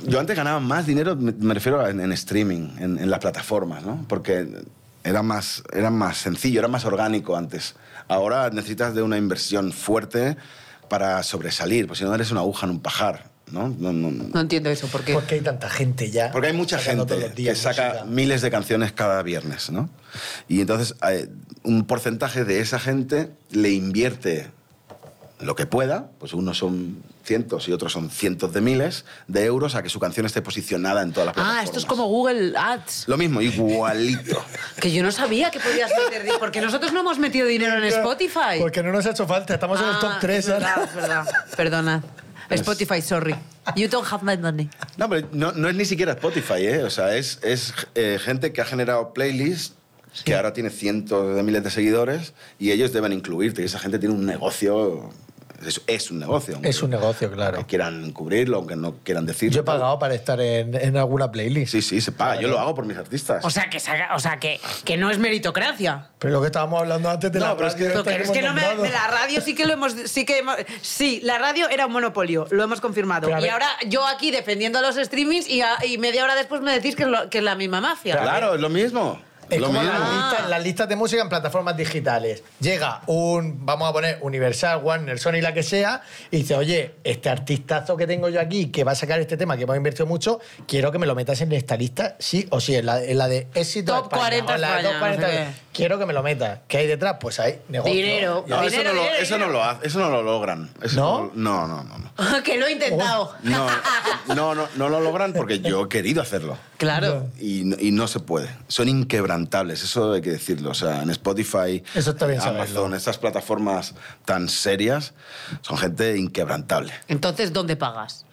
Speaker 4: Yo antes ganaba más dinero, me, me refiero a- en, en streaming, en, en las plataformas, ¿no? Porque en Era más, era más sencillo, era más orgánico antes. Ahora necesitas de una inversión fuerte para sobresalir, porque si no eres una aguja en un pajar, ¿no? No, no, no.
Speaker 2: No entiendo eso, ¿por qué?
Speaker 3: Porque hay tanta gente ya.
Speaker 4: Porque hay mucha
Speaker 3: sacando todos
Speaker 4: gente
Speaker 3: los días
Speaker 4: que saca
Speaker 3: música.
Speaker 4: miles de canciones cada viernes, ¿no? Y entonces eh, un porcentaje de esa gente le invierte lo que pueda, pues unos son cientos y otros son cientos de miles de euros a que su canción esté posicionada en todas las plataformas.
Speaker 2: Ah, esto es como Google Ads.
Speaker 4: Lo mismo, igualito.
Speaker 2: Que yo no sabía que podías meter dinero. Porque nosotros no hemos metido dinero en Spotify.
Speaker 3: Porque no nos ha hecho falta, estamos en el
Speaker 2: Ah,
Speaker 3: top 3.
Speaker 2: es verdad, es verdad. Perdona. Spotify, sorry. You don't have my money.
Speaker 4: No, pero no, no es ni siquiera Spotify, ¿eh? O sea, es, es eh, gente que ha generado playlists que ahora tiene cientos de miles de seguidores y ellos deben incluirte. Y esa gente tiene un negocio... Es, es un negocio. aunque-
Speaker 3: Es un negocio, claro.
Speaker 4: Aunque quieran cubrirlo, aunque no quieran decirlo.
Speaker 3: Yo he pagado para estar en, en alguna playlist.
Speaker 4: Sí, sí, se paga. Yo lo hago por mis artistas.
Speaker 2: O sea, que, saca- o sea que, que no es meritocracia.
Speaker 3: Pero lo que estábamos hablando antes de
Speaker 4: No,
Speaker 3: la
Speaker 4: pero es que-
Speaker 3: radio
Speaker 2: Lo que- es
Speaker 3: hemos
Speaker 2: que no me,
Speaker 3: nombrado.
Speaker 2: de la radio sí que lo hemos, sí que hemos- sí, la radio era un monopolio, lo hemos confirmado.
Speaker 3: Pero a
Speaker 2: Y
Speaker 3: ver-
Speaker 2: ahora yo aquí defendiendo los streamings y, a- y media hora después me decís que es, lo- que es la misma mafia.
Speaker 4: claro, es lo mismo.
Speaker 3: Es
Speaker 4: lo
Speaker 3: como
Speaker 4: mismo.
Speaker 3: las
Speaker 2: Ah.
Speaker 3: listas, las listas de música en plataformas digitales. Llega un, vamos a poner Universal, Warner, Sony, la que sea, y dice, oye, este artistazo que tengo yo aquí, que va a sacar este tema, que hemos invertido mucho, quiero que me lo metas en esta lista, sí o sí, en la, en la de éxito
Speaker 2: Top
Speaker 3: España,
Speaker 2: 40
Speaker 3: o en la de
Speaker 2: España,
Speaker 3: top
Speaker 2: no sé
Speaker 3: 40. Quiero que me lo metas. ¿Qué hay detrás? Pues hay negocio.
Speaker 2: Dinero.
Speaker 4: No, eso,
Speaker 2: Dinero,
Speaker 4: no lo,
Speaker 2: dinero,
Speaker 4: eso no
Speaker 2: dinero.
Speaker 4: lo hace- eso no lo logran. Eso
Speaker 3: ¿No?
Speaker 4: No, no, no. no.
Speaker 2: que lo he intentado.
Speaker 3: Oh.
Speaker 4: No, no, no, no lo logran porque yo he querido hacerlo.
Speaker 2: Claro.
Speaker 4: Y, no- y no se puede. Son inquebrantables, eso hay que decirlo. O sea, en Spotify,
Speaker 3: Eso está bien
Speaker 4: Amazon,
Speaker 3: saberlo.
Speaker 4: estas plataformas tan serias, son gente inquebrantable.
Speaker 2: Entonces, ¿dónde pagas?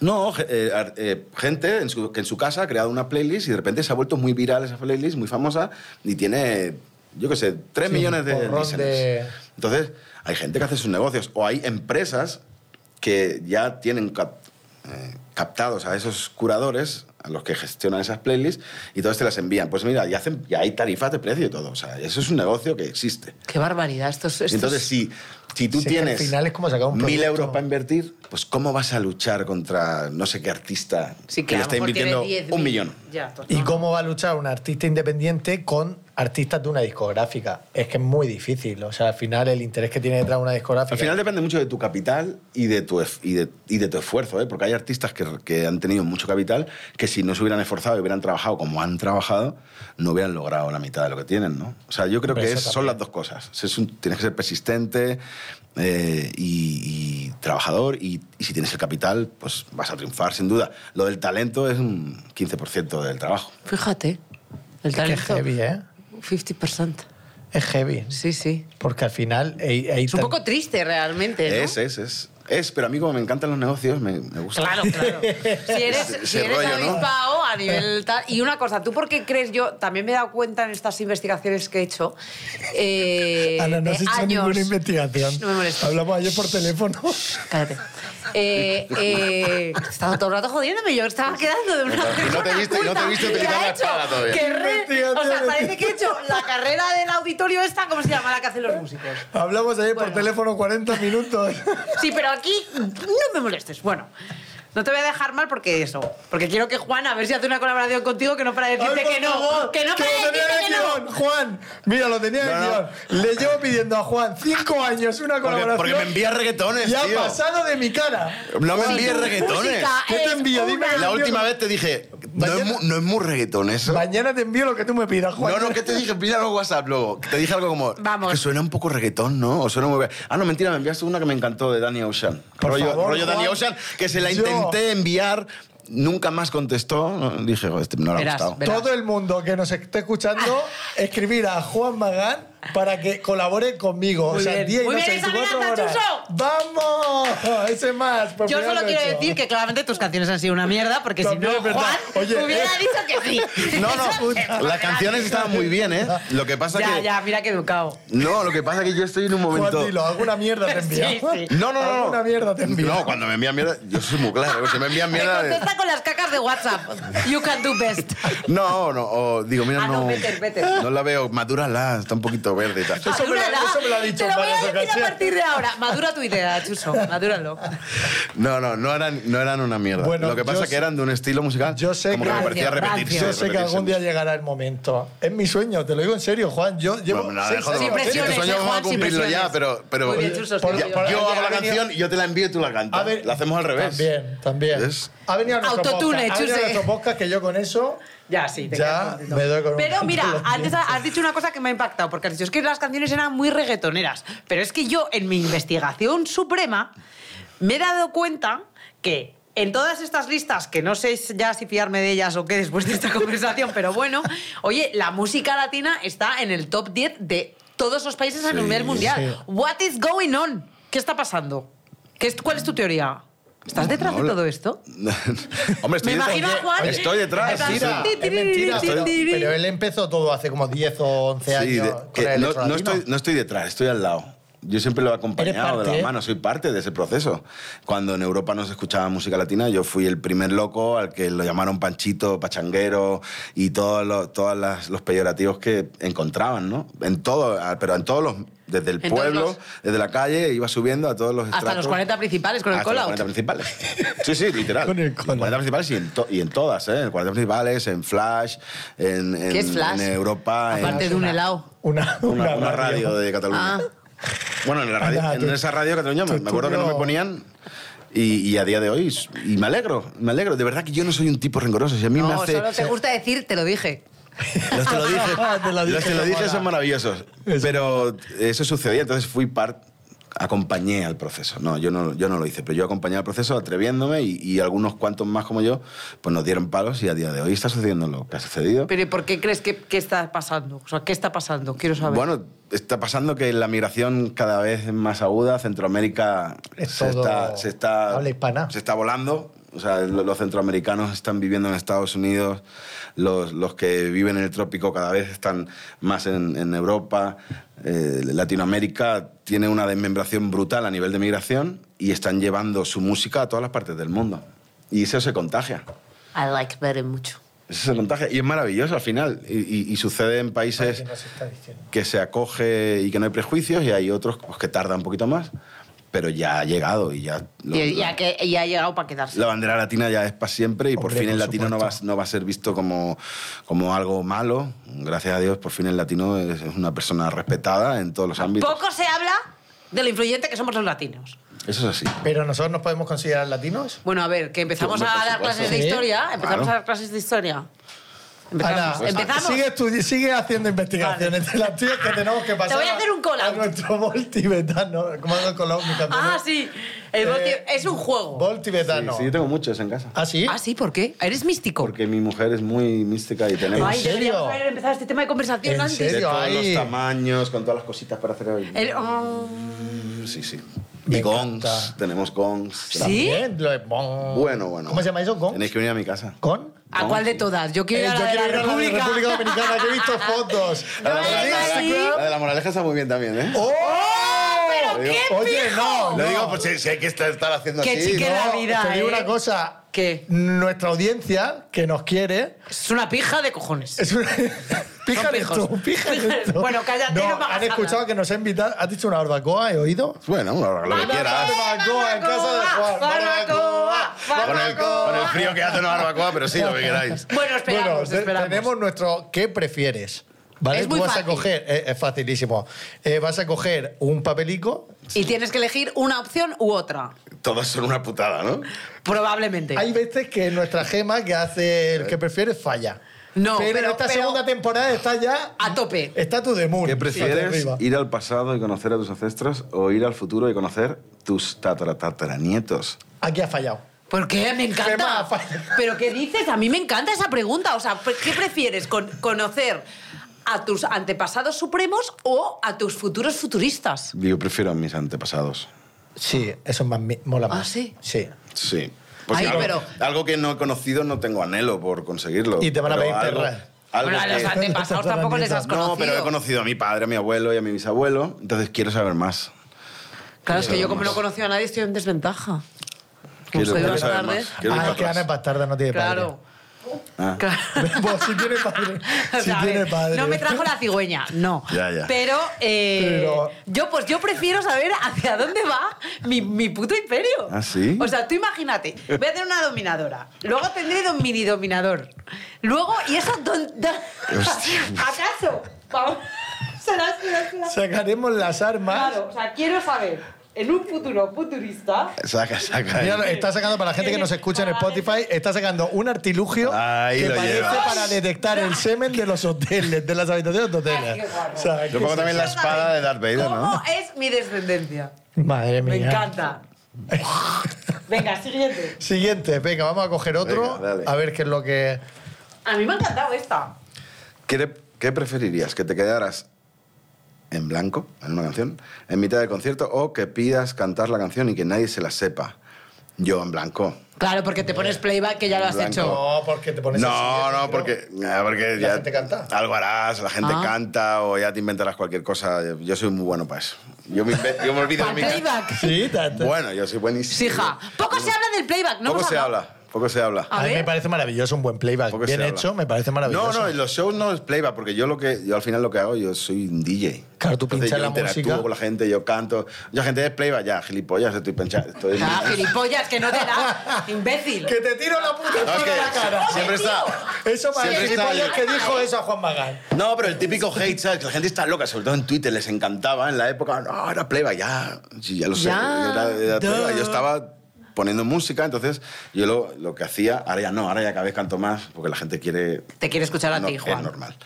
Speaker 4: No, ge- eh, ar- eh, gente en su- que en su casa ha creado una playlist y de repente se ha vuelto muy viral esa playlist, muy famosa, y tiene, yo qué sé, 3
Speaker 3: Sí,
Speaker 4: millones
Speaker 3: un
Speaker 4: de
Speaker 3: porrón
Speaker 4: listeners.
Speaker 3: de-
Speaker 4: Entonces, hay gente que hace sus negocios o hay empresas que ya tienen cap- eh, captados a esos curadores, a los que gestionan esas playlists, y todos te las envían. Pues mira, ya, hacen, ya hay tarifas de precio y todo. O sea, eso es un negocio que existe.
Speaker 2: Qué barbaridad. Esto es, esto
Speaker 4: Entonces,
Speaker 2: es-
Speaker 4: si, si tú
Speaker 3: Sí, que al
Speaker 4: tienes
Speaker 3: final es como sacar un
Speaker 4: mil
Speaker 3: producto.
Speaker 4: euros para invertir, pues ¿cómo vas a luchar contra no sé qué artista
Speaker 2: Sí,
Speaker 4: que
Speaker 2: a
Speaker 4: le
Speaker 2: lo
Speaker 4: está
Speaker 2: mejor
Speaker 4: invirtiendo
Speaker 2: tiene 10.000.
Speaker 4: un millón?
Speaker 2: Ya, pues
Speaker 3: ¿Y
Speaker 2: no.
Speaker 3: cómo va a luchar un artista independiente con artistas de una discográfica? Es que es muy difícil. O sea, al final el interés que tiene detrás una discográfica...
Speaker 4: Al final depende mucho de tu capital y de tu, ef- y de, y de tu esfuerzo, ¿eh? porque hay artistas que, que han tenido mucho capital que si no se hubieran esforzado y hubieran trabajado como han trabajado, no hubieran logrado la mitad de lo que tienen. ¿no? O sea, yo creo
Speaker 3: Hombre,
Speaker 4: que
Speaker 3: eso
Speaker 4: es- son
Speaker 3: también.
Speaker 4: las dos cosas. Es un- tienes que ser persistente eh, y, y trabajador y, y si tienes el capital, pues vas a triunfar sin duda. Lo del talento es un 15% del trabajo.
Speaker 2: Fíjate. El
Speaker 3: Qué
Speaker 2: talento.
Speaker 3: heavy, ¿eh?
Speaker 2: 50%.
Speaker 3: Es heavy.
Speaker 2: Sí, sí.
Speaker 3: Porque al final... hay- hay
Speaker 2: Es un
Speaker 3: tan-
Speaker 2: poco triste realmente, ¿Eh, ¿no?
Speaker 4: Es, es, es. Es, pero a mí como me encantan los negocios, me, me gusta.
Speaker 2: Claro, claro. Si eres,
Speaker 4: Pues Ese-
Speaker 2: si
Speaker 4: ese
Speaker 2: eres
Speaker 4: rollo, ¿no?
Speaker 2: avispao a nivel tal. Y una cosa, ¿tú por qué crees yo? También me he dado cuenta en estas investigaciones que he hecho. eh,
Speaker 3: Ana, no
Speaker 2: de
Speaker 3: has hecho
Speaker 2: años.
Speaker 3: ninguna investigación.
Speaker 2: Shh, No me molestes.
Speaker 3: Hablamos ayer por teléfono.
Speaker 2: Cállate. Eh, eh, estaba todo el rato jodiéndome, yo estaba quedando de una.
Speaker 4: Pero no te viste- no te
Speaker 2: persona
Speaker 4: viste utilizar
Speaker 2: que ha
Speaker 4: la
Speaker 2: hecho
Speaker 4: espada todavía.
Speaker 2: que re- o sea,
Speaker 3: Investigaciones.
Speaker 2: parece que he hecho la carrera del auditorio esta, ¿cómo se llama la que hacen los músicos?
Speaker 3: Hablamos ayer por
Speaker 2: Bueno.
Speaker 3: teléfono 40 minutos.
Speaker 2: Sí, pero aquí no me molestes. Bueno, no te voy a dejar mal porque eso. Porque quiero que Juan, a ver si hace una colaboración contigo, que no para decirte
Speaker 3: Ay, por
Speaker 2: que no.
Speaker 3: favor,
Speaker 2: que no para
Speaker 3: lo
Speaker 2: decirte
Speaker 3: tenía en
Speaker 2: que
Speaker 3: el
Speaker 2: no.
Speaker 3: guión. Juan, mira, lo tenía en el
Speaker 4: No, no.
Speaker 3: guión. Le llevo pidiendo a Juan cinco años una
Speaker 4: Porque,
Speaker 3: colaboración
Speaker 4: porque me envía reggaetones,
Speaker 3: y ha
Speaker 4: tío.
Speaker 3: pasado de mi cara.
Speaker 4: No me
Speaker 2: Si
Speaker 4: envíes
Speaker 2: tu
Speaker 4: reggaetones.
Speaker 2: música
Speaker 3: ¿Qué te
Speaker 2: es
Speaker 3: envío? Dime
Speaker 2: una-
Speaker 3: que
Speaker 4: La
Speaker 3: envío-
Speaker 4: última vez te dije, no es,
Speaker 3: Mañana-
Speaker 4: mu- no es muy reggaetón eso.
Speaker 3: Mañana te envío lo que tú me pidas, Juan.
Speaker 4: No, no, ¿qué te dije? Pídalo en WhatsApp luego. Te dije algo como,
Speaker 2: Vamos.
Speaker 4: que suena un poco reggaetón, ¿no? O suena muy bien. Ah, no, mentira, me enviaste una que me encantó de Danny Ocean.
Speaker 3: Por
Speaker 4: rollo
Speaker 3: favor,
Speaker 4: rollo Danny
Speaker 3: Juan.
Speaker 4: Ocean, que se la
Speaker 3: Yo-
Speaker 4: intenté enviar, nunca más contestó. Dije, joder, este no le ha
Speaker 2: Verás,
Speaker 4: gustado.
Speaker 2: verás.
Speaker 3: Todo el mundo que nos esté escuchando, escribir a Juan Magán para que colabore conmigo. o
Speaker 2: Muy
Speaker 3: sea,
Speaker 2: bien.
Speaker 3: 10 y
Speaker 2: Muy
Speaker 3: noche,
Speaker 2: bien,
Speaker 3: 24
Speaker 2: Isabel
Speaker 3: horas.
Speaker 2: Antachuso.
Speaker 3: ¡Vamos! Ese más. por
Speaker 2: Yo
Speaker 3: primera
Speaker 2: solo quiero
Speaker 3: vez.
Speaker 2: decir que claramente tus canciones han sido una mierda, porque si no,
Speaker 3: También es verdad.
Speaker 2: Juan
Speaker 3: Oye,
Speaker 2: hubiera
Speaker 3: eh.
Speaker 2: dicho que sí.
Speaker 4: No, no, las canciones estaban muy bien, ¿eh? Lo que pasa
Speaker 2: Ya,
Speaker 4: que...
Speaker 2: ya, mira que educado.
Speaker 4: No, lo que pasa que yo estoy en un momento...
Speaker 3: Juan, dilo, alguna mierda te envía.
Speaker 2: Sí, sí.
Speaker 4: No, no, no. no.
Speaker 3: Alguna mierda te envía.
Speaker 4: No, cuando me envían mierda, yo soy muy claro. Si me envían
Speaker 2: Me
Speaker 4: mierda... de-
Speaker 2: contesta con las cacas de WhatsApp. You can do best.
Speaker 4: No, no, o digo, mira,
Speaker 2: Ah, no,
Speaker 4: no,
Speaker 2: vete, vete.
Speaker 4: no la veo, madúrala, está un poquito... pajarito verde y tal.
Speaker 5: Eso me lo- eso me lo ha dicho
Speaker 2: Te lo voy
Speaker 5: en varias
Speaker 2: a decir a
Speaker 5: ocasiones.
Speaker 2: partir de ahora. Madura tu idea, Chuso. Madúralo.
Speaker 4: No, no, no eran, no eran una mierda.
Speaker 5: Bueno,
Speaker 4: Lo que
Speaker 5: yo
Speaker 4: pasa que
Speaker 5: sé-
Speaker 4: eran de un estilo musical
Speaker 5: yo sé
Speaker 4: como
Speaker 5: que-
Speaker 4: que me parecía
Speaker 2: Rancio,
Speaker 4: repetirse.
Speaker 2: rancio.
Speaker 5: Yo sé que algún día
Speaker 4: repetirse.
Speaker 5: llegará el momento. Es mi sueño, te lo digo en serio, Juan. Yo llevo
Speaker 4: Bueno, no,
Speaker 5: seis
Speaker 4: dejo de
Speaker 5: años-
Speaker 2: Sin
Speaker 5: este
Speaker 2: presiones,
Speaker 4: Tu sueño
Speaker 2: eh,
Speaker 4: vamos a
Speaker 2: Juan, sin
Speaker 4: cumplirlo ya,
Speaker 2: presiones.
Speaker 4: pero... pero
Speaker 2: Muy bien, Chuso,
Speaker 5: por-
Speaker 2: sí,
Speaker 5: por-
Speaker 2: yo.
Speaker 4: yo hago la
Speaker 5: Ha venido-
Speaker 4: canción y yo te la envío y tú la cantas.
Speaker 5: A ver-
Speaker 4: la hacemos al revés.
Speaker 5: También, también.
Speaker 4: ¿Ves?
Speaker 5: Ha venido a nuestro
Speaker 2: Autotune,
Speaker 5: podcast. Ha venido a
Speaker 2: Chuse.
Speaker 5: nuestro podcast que yo con eso
Speaker 2: Ya, sí. te quedas
Speaker 5: ya
Speaker 2: contento.
Speaker 5: me doy con un
Speaker 2: Pero
Speaker 5: canto
Speaker 2: mira,
Speaker 5: en los
Speaker 2: antes
Speaker 5: dientes.
Speaker 2: has dicho una cosa que me ha impactado, porque has dicho, es que las canciones eran muy reggaetoneras. Pero es que yo, en mi investigación suprema, me he dado cuenta que en todas estas listas, que no sé ya si fiarme de ellas o qué después de esta conversación, pero bueno, oye, la música latina está en el top 10 de todos los países a
Speaker 4: Sí,
Speaker 2: nivel mundial.
Speaker 5: sí.
Speaker 2: What is going on? ¿Qué está pasando? ¿Qué es- ¿Cuál es tu teoría? ¿Estás detrás de
Speaker 4: No, la-
Speaker 2: todo esto?
Speaker 4: Hombre,
Speaker 2: Me
Speaker 4: estoy
Speaker 2: imagino
Speaker 4: detrás.
Speaker 2: a Juan.
Speaker 4: Estoy detrás.
Speaker 2: Es
Speaker 4: sí, sí.
Speaker 5: mentira,
Speaker 2: sí.
Speaker 5: es mentira,
Speaker 2: Sí,
Speaker 5: pero,
Speaker 2: sí.
Speaker 5: pero él empezó todo hace como 10 o 11
Speaker 4: Sí,
Speaker 5: años
Speaker 4: de-
Speaker 5: Este con
Speaker 4: que
Speaker 5: el
Speaker 4: no,
Speaker 5: electro
Speaker 4: no
Speaker 5: latino.
Speaker 4: estoy, no estoy detrás, estoy al lado. Yo siempre lo he acompañado
Speaker 5: parte,
Speaker 4: de
Speaker 5: ¿eh?
Speaker 4: la mano, soy parte de ese proceso. Cuando en Europa no se escuchaba música latina, yo fui el primer loco al que lo llamaron panchito, pachanguero y todos los, todas las- los peyorativos que encontraban, ¿no? En todo, a- pero en todos los, desde el
Speaker 2: En todos
Speaker 4: pueblo,
Speaker 2: los-
Speaker 4: desde la calle, iba subiendo a todos los
Speaker 2: Hasta
Speaker 4: estratos.
Speaker 2: los 40 principales con el
Speaker 4: Hasta
Speaker 2: call
Speaker 4: los
Speaker 2: out.
Speaker 4: 40 principales. Sí, sí, literal.
Speaker 5: Con el
Speaker 4: Los 40 principales y en, to- y en todas, ¿eh? En 40 principales, en Flash, en, en-
Speaker 2: ¿Qué es Flash?
Speaker 4: en Europa. en-
Speaker 2: Aparte de un helado.
Speaker 5: Una,
Speaker 4: una, una radio. de Cataluña.
Speaker 2: Ah.
Speaker 4: Bueno, en, la radio-
Speaker 5: Anda,
Speaker 4: en
Speaker 5: tú-
Speaker 4: esa radio de Cataluña me,
Speaker 5: tú-
Speaker 4: me acuerdo
Speaker 5: tú
Speaker 4: que no
Speaker 5: no.
Speaker 4: me ponían. Y, y a día de hoy, y me alegro, me alegro. De verdad que yo no soy un tipo rencoroso. Si a mí me
Speaker 2: No,
Speaker 4: hace.
Speaker 2: solo te gusta decir, te lo dije.
Speaker 4: Los te lo dije,
Speaker 5: Te lo dije,
Speaker 4: los te lo
Speaker 5: qué
Speaker 4: dije
Speaker 5: mola.
Speaker 4: son maravillosos. Pero eso sucedía, entonces fui parte. Acompañé al proceso. No yo, no, yo no lo hice, pero yo acompañé al proceso atreviéndome y, y algunos cuantos más como yo, pues nos dieron palos y a día de hoy está sucediendo lo que ha sucedido.
Speaker 2: Pero ¿y ¿por qué crees que, que está pasando? O sea, ¿qué está pasando? Quiero saber.
Speaker 4: Bueno, está pasando que la migración cada vez es más aguda. Centroamérica
Speaker 5: Es
Speaker 4: se
Speaker 5: todo
Speaker 4: está, se está-
Speaker 5: habla hispana.
Speaker 4: se está volando. O sea, lo- los centroamericanos están viviendo en Estados Unidos, los, los que viven en el trópico cada vez están más en, en Europa. Eh, Latinoamérica tiene una desmembración brutal a nivel de migración y están llevando su música a todas las partes del mundo. Y eso se contagia.
Speaker 2: I like very mucho.
Speaker 4: Eso se contagia y es maravilloso al final. Y, y- y sucede en países
Speaker 5: ¿Qué nos está diciendo?
Speaker 4: que se acoge y que no hay prejuicios y hay otros pues, que tardan un poquito más, pero ya ha llegado y ya... lo-
Speaker 2: y, y a que, y ha llegado para quedarse.
Speaker 4: la bandera latina ya es para siempre y por
Speaker 5: Hombre,
Speaker 4: fin el
Speaker 5: por
Speaker 4: latino no va,
Speaker 5: supuesto.
Speaker 4: no va a ser visto como, como algo malo. Gracias a Dios, por fin el latino es, es una persona respetada en todos los ámbitos.
Speaker 2: Poco se habla de lo influyente que somos los latinos.
Speaker 4: Eso es así.
Speaker 5: Pero nosotros nos podemos considerar latinos.
Speaker 2: Bueno, a ver, que empezamos
Speaker 4: Sí, hombre,
Speaker 2: a
Speaker 4: por
Speaker 2: dar
Speaker 4: supuesto.
Speaker 2: clases de
Speaker 5: Sí,
Speaker 2: historia. Empezamos
Speaker 4: claro.
Speaker 2: a dar clases de historia.
Speaker 5: Ana,
Speaker 2: Empezamos. empezamos.
Speaker 5: Sigue, estudi- sigue haciendo investigaciones de las tías que tenemos que pasar.
Speaker 2: voy a hacer un call out.
Speaker 5: A nuestro bol tibetano. ¿Cómo hago el call out, mi campeón?
Speaker 2: Ah, sí. El bol
Speaker 5: Eh,
Speaker 2: tib- es un juego.
Speaker 5: Bol
Speaker 4: Sí,
Speaker 5: tibetano.
Speaker 4: sí, yo tengo muchos en casa.
Speaker 5: ¿Ah, sí?
Speaker 2: Ah, sí, ¿por qué? Eres místico.
Speaker 4: Porque mi mujer es muy mística y tenemos...
Speaker 2: Ay,
Speaker 5: ¿En serio?
Speaker 2: deberíamos haber empezado este tema de conversación
Speaker 5: ¿En
Speaker 2: antes.
Speaker 4: de
Speaker 5: serio?
Speaker 4: todos
Speaker 5: Ay.
Speaker 4: los tamaños, con todas las cositas para hacer...
Speaker 2: El- oh.
Speaker 4: Sí, sí.
Speaker 5: Me
Speaker 4: Y gongs.
Speaker 5: encanta.
Speaker 4: Tenemos gongs.
Speaker 2: ¿Sí?
Speaker 5: También, lo es bon.
Speaker 4: Bueno, bueno.
Speaker 5: ¿Cómo se llama eso? ¿Con?
Speaker 4: Tenéis que venir a mi casa.
Speaker 5: ¿Con?
Speaker 2: ¿A cuál de todas? Yo quiero
Speaker 5: Eh,
Speaker 2: ir a
Speaker 5: yo
Speaker 2: la, de la
Speaker 5: quiero ir a la de
Speaker 2: República.
Speaker 5: República Dominicana, que he visto fotos.
Speaker 4: La de, la,
Speaker 2: Ay,
Speaker 4: moraleja-
Speaker 2: sí.
Speaker 4: la de la moraleja está muy bien también, ¿eh?
Speaker 5: ¡Oh!
Speaker 2: ¡Pero qué
Speaker 5: Oye,
Speaker 2: pijo!
Speaker 5: no.
Speaker 4: Lo
Speaker 5: no.
Speaker 4: digo por si, si hay que estar, estar haciendo
Speaker 2: Qué
Speaker 4: así.
Speaker 2: chique
Speaker 4: ¿no?
Speaker 2: la vida,
Speaker 5: Te digo
Speaker 2: ¿eh?
Speaker 5: una cosa.
Speaker 2: ¿Qué?
Speaker 5: Nuestra audiencia, que nos quiere,
Speaker 2: Es una pija de cojones.
Speaker 5: es una... Fíjate
Speaker 2: pijos.
Speaker 5: tú, fíjate tú.
Speaker 2: Bueno, cállate, no
Speaker 5: no,
Speaker 2: me hagas
Speaker 5: Han escuchado
Speaker 2: hablar.
Speaker 5: que nos ha invitado... ¿Has dicho una barbacoa? ¿He oído?
Speaker 4: Bueno, lo que quieras.
Speaker 5: Barbacoa en casa de Juan.
Speaker 2: Barbacoa,
Speaker 4: Con el, con el frío que hace una barbacoa, pero sí, lo que queráis.
Speaker 2: Bueno, esperamos,
Speaker 5: Bueno, te-
Speaker 2: esperamos.
Speaker 5: tenemos nuestro ¿qué prefieres? ¿Vale?
Speaker 2: Es muy
Speaker 5: vas
Speaker 2: fácil.
Speaker 5: a coger, eh, es facilísimo. Eh, vas a coger un papelico.
Speaker 2: Y tienes que elegir una opción u otra.
Speaker 4: Todos son una putada, ¿no?
Speaker 2: Probablemente.
Speaker 5: Hay veces que nuestra gema que hace el que prefieres falla.
Speaker 2: No,
Speaker 5: pero,
Speaker 2: pero-
Speaker 5: esta
Speaker 2: pero-
Speaker 5: segunda temporada está ya
Speaker 2: A tope.
Speaker 5: Está tu demonio.
Speaker 4: ¿Qué prefieres? ¿Ir al pasado y conocer a tus ancestros o ir al futuro y conocer tus tataratataranietos?
Speaker 5: Aquí ha fallado.
Speaker 2: ¿Por qué? Me encanta.
Speaker 5: Gemma, falla.
Speaker 2: ¿Pero qué dices? A mí me encanta esa pregunta. O sea, ¿qué prefieres? Con- ¿Conocer a tus antepasados supremos o a tus futuros futuristas?
Speaker 4: Yo prefiero a mis antepasados.
Speaker 5: Sí, eso es más, mi- mola más.
Speaker 2: Ah, ¿sí?
Speaker 5: Sí.
Speaker 4: Sí.
Speaker 2: Ay,
Speaker 4: algo,
Speaker 2: pero-
Speaker 4: algo que no he conocido no tengo anhelo por conseguirlo.
Speaker 5: Y te van a
Speaker 4: Pero
Speaker 5: pedir
Speaker 4: algo-
Speaker 5: perras.
Speaker 4: algo
Speaker 2: bueno, a los
Speaker 4: que-
Speaker 2: antepasados tampoco les has conocido.
Speaker 4: No, pero he conocido a mi padre, a mi abuelo y a mi bisabuelo, entonces quiero saber más.
Speaker 2: Claro, es que yo como no he conocido a nadie estoy en desventaja. Como
Speaker 4: Quiero,
Speaker 2: soy
Speaker 4: quiero
Speaker 2: más
Speaker 4: saber
Speaker 2: tarde.
Speaker 4: más. Quiero
Speaker 5: ah,
Speaker 4: ir
Speaker 5: es que
Speaker 4: atrás.
Speaker 5: Ana es bastarda, no tiene padre.
Speaker 2: Claro.
Speaker 4: Ah.
Speaker 5: Pues sí tiene padre.
Speaker 2: O
Speaker 5: Sí
Speaker 2: sea, a
Speaker 5: tiene
Speaker 2: ver,
Speaker 5: padre.
Speaker 2: No me trajo la cigüeña, no.
Speaker 4: Ya, ya.
Speaker 2: Pero, eh,
Speaker 5: Pero-
Speaker 2: yo pues yo prefiero saber hacia dónde va mi, mi puto imperio.
Speaker 4: ¿Ah, sí?
Speaker 2: O sea, tú imagínate, voy a tener una dominadora, luego tendré un mini dominador, luego, y eso, don- da-
Speaker 4: Hostia.
Speaker 2: ¿acaso? Vamos, será, será, será.
Speaker 5: Sacaremos las armas.
Speaker 2: Claro, o sea, quiero saber, en un futuro futurista,
Speaker 4: Saca, saca. ahí.
Speaker 5: Mira, lo- está sacando para la gente que nos escucha en Spotify, está sacando un artilugio
Speaker 4: Ahí
Speaker 5: que
Speaker 4: lo
Speaker 5: parece
Speaker 4: llevas.
Speaker 5: para detectar el semen de los hoteles, de las habitaciones de
Speaker 2: Ay, qué
Speaker 5: hoteles.
Speaker 2: guarro.
Speaker 5: O sea,
Speaker 4: Yo pongo también la
Speaker 2: Quiero
Speaker 4: espada
Speaker 2: saber
Speaker 4: de Darth Vader,
Speaker 2: ¿Cómo
Speaker 4: ¿no?
Speaker 2: es mi descendencia?
Speaker 5: Madre mía.
Speaker 2: Me encanta. Venga, siguiente.
Speaker 5: Siguiente, venga, vamos a coger otro.
Speaker 4: Venga, dale.
Speaker 5: a ver qué es lo que.
Speaker 2: A mí me ha encantado esta.
Speaker 4: ¿Qué, le- qué preferirías? ¿Que te quedaras en blanco en una canción en mitad del concierto o que pidas cantar la canción y que nadie se la sepa? Yo en blanco.
Speaker 2: Claro, porque te pones playback que ya lo has
Speaker 4: Blanco.
Speaker 2: hecho.
Speaker 5: No, porque te pones.
Speaker 4: No,
Speaker 5: así,
Speaker 4: no,
Speaker 5: creo.
Speaker 4: porque, eh, porque
Speaker 5: La
Speaker 4: ya
Speaker 5: gente canta.
Speaker 4: algo harás, la gente
Speaker 2: Ah.
Speaker 4: canta o ya te inventarás cualquier cosa. Yo soy muy bueno para eso. Yo me, inve- yo me olvido de
Speaker 2: Para
Speaker 4: mi ca-
Speaker 2: playback.
Speaker 5: Sí, tanto.
Speaker 4: Bueno, yo soy buenísimo.
Speaker 2: Sí, hija. Poco se habla del playback, ¿no?
Speaker 4: poco
Speaker 2: hemos
Speaker 4: se
Speaker 2: hablado.
Speaker 4: habla, poco se habla.
Speaker 2: Ah,
Speaker 5: A,
Speaker 2: A
Speaker 5: mí
Speaker 2: ver.
Speaker 5: me parece maravilloso un buen playback.
Speaker 4: Poco se
Speaker 5: Bien
Speaker 4: habla.
Speaker 5: hecho, me parece maravilloso.
Speaker 4: No, no, en los shows no es playback, porque yo lo que yo al final lo que hago, yo soy un DJ.
Speaker 5: Claro, tú
Speaker 4: Entonces,
Speaker 5: pinchas
Speaker 4: yo
Speaker 5: la
Speaker 4: interactúo
Speaker 5: música.
Speaker 4: con la gente, yo canto. Yo, gente, es playback, ya, gilipollas, estoy pinchando. Estoy
Speaker 2: Ah, gilipollas, que no te da. Imbécil.
Speaker 5: Que te tiro la puta
Speaker 4: No, es
Speaker 5: tiro en la
Speaker 4: que
Speaker 5: cara.
Speaker 4: siempre está.
Speaker 5: Eso
Speaker 4: siempre
Speaker 5: parece
Speaker 4: está
Speaker 5: gilipollas
Speaker 4: ahí.
Speaker 5: que dijo eso a Juan Magán.
Speaker 4: No, pero el típico hate, ¿sabes? Que la gente está loca, sobre todo en Twitter, les encantaba en la época. No, era playback, ya. Sí, ya lo sé.
Speaker 2: Ya,
Speaker 4: Era, era
Speaker 2: duh.
Speaker 4: playback. Yo estaba poniendo música, entonces yo lo, lo que hacía, ahora ya no, ahora ya cada vez canto más, porque la gente quiere
Speaker 2: Te quiere escuchar a
Speaker 4: No,
Speaker 2: ti,
Speaker 4: Es
Speaker 2: Juan.
Speaker 4: normal,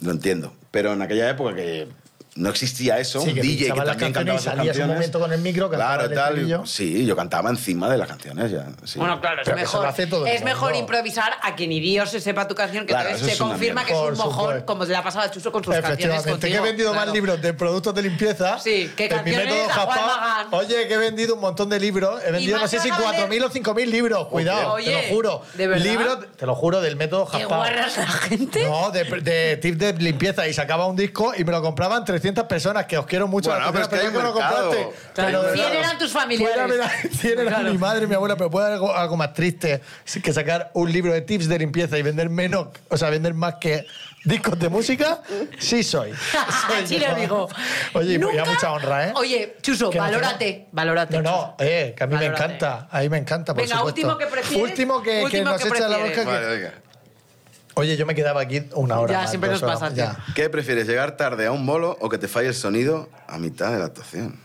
Speaker 4: lo entiendo. Pero en aquella época que no existía eso,
Speaker 5: Sí,
Speaker 4: un
Speaker 5: que
Speaker 4: DJ que
Speaker 5: pinchaba las
Speaker 4: también
Speaker 5: canciones
Speaker 4: cantaba
Speaker 5: y
Speaker 4: sus
Speaker 5: salías un
Speaker 4: canciones.
Speaker 5: momento con el micro, cantaba
Speaker 4: claro,
Speaker 5: el
Speaker 4: tal.
Speaker 5: estribillo.
Speaker 4: Sí, yo cantaba encima de las canciones ya. sí.
Speaker 2: Bueno, claro, es
Speaker 5: Pero que eso
Speaker 2: mejor.
Speaker 5: lo hace todo el
Speaker 2: es mejor
Speaker 5: mundo.
Speaker 2: improvisar a que ni Dios se sepa tu canción, que
Speaker 4: Claro,
Speaker 2: entonces
Speaker 4: eso
Speaker 2: se
Speaker 4: es una
Speaker 2: confirma
Speaker 4: mierda.
Speaker 2: que es un
Speaker 5: Por
Speaker 2: mojón,
Speaker 5: supuesto.
Speaker 2: como se la pasaba a Chuso con sus canciones.
Speaker 5: Efectivamente, que he
Speaker 2: contigo,
Speaker 5: vendido
Speaker 2: claro.
Speaker 5: más libros de productos de limpieza.
Speaker 2: Sí, que
Speaker 5: de mi
Speaker 2: canciones
Speaker 5: método
Speaker 2: a Juan
Speaker 5: Japao.
Speaker 2: Magán.
Speaker 5: Oye, que he vendido un montón de libros. He vendido,
Speaker 2: más
Speaker 5: no sé
Speaker 2: vas
Speaker 5: si
Speaker 2: a vender-
Speaker 5: 4.000 o 5.000 libros. Cuidado,
Speaker 2: Oye,
Speaker 5: te lo juro.
Speaker 2: ¿de verdad?
Speaker 5: Libros, te lo juro, del método
Speaker 2: ¿Qué
Speaker 5: Japao.
Speaker 2: guarras la gente?
Speaker 5: No, de, de tip de limpieza. Y sacaba un disco y me lo compraban 300 personas, que os quiero mucho. a las
Speaker 4: Bueno, pero
Speaker 5: 300
Speaker 4: es que hay
Speaker 5: personas
Speaker 4: mercado.
Speaker 5: me lo compraste.
Speaker 2: Claro,
Speaker 5: Pero de
Speaker 2: 100
Speaker 5: verdad,
Speaker 2: eran tus familiares.
Speaker 5: fuera me la- 100 eran
Speaker 2: Claro.
Speaker 5: mi madre, mi abuela, pero puede haber algo, algo más triste que sacar un libro de tips de limpieza y vender menos, o sea, vender más que discos de música. Sí soy. Soy
Speaker 2: Así
Speaker 5: yo.
Speaker 2: lo digo.
Speaker 5: Oye, pues ya
Speaker 2: Nunca-
Speaker 5: mucha honra, ¿eh?
Speaker 2: Oye, Chuso,
Speaker 5: Que no
Speaker 2: valórate,
Speaker 5: tengo-
Speaker 2: valórate.
Speaker 5: No,
Speaker 2: Chuso.
Speaker 5: no, eh, que a mí
Speaker 2: Valórate.
Speaker 5: me encanta. A mí me encanta, por
Speaker 2: Venga,
Speaker 5: supuesto.
Speaker 2: último que prefieres,
Speaker 5: Último que, que
Speaker 2: último
Speaker 5: nos
Speaker 2: que
Speaker 5: echa la
Speaker 2: prefieres.
Speaker 5: boca. que-
Speaker 4: Vale, venga.
Speaker 5: Oye, yo me quedaba aquí una hora.
Speaker 2: Ya,
Speaker 5: más,
Speaker 2: siempre
Speaker 5: dos
Speaker 2: nos
Speaker 5: horas
Speaker 2: pasa,
Speaker 5: más, ya.
Speaker 2: tío.
Speaker 4: ¿Qué prefieres, llegar tarde a un bolo o que te falle el sonido a mitad de la actuación?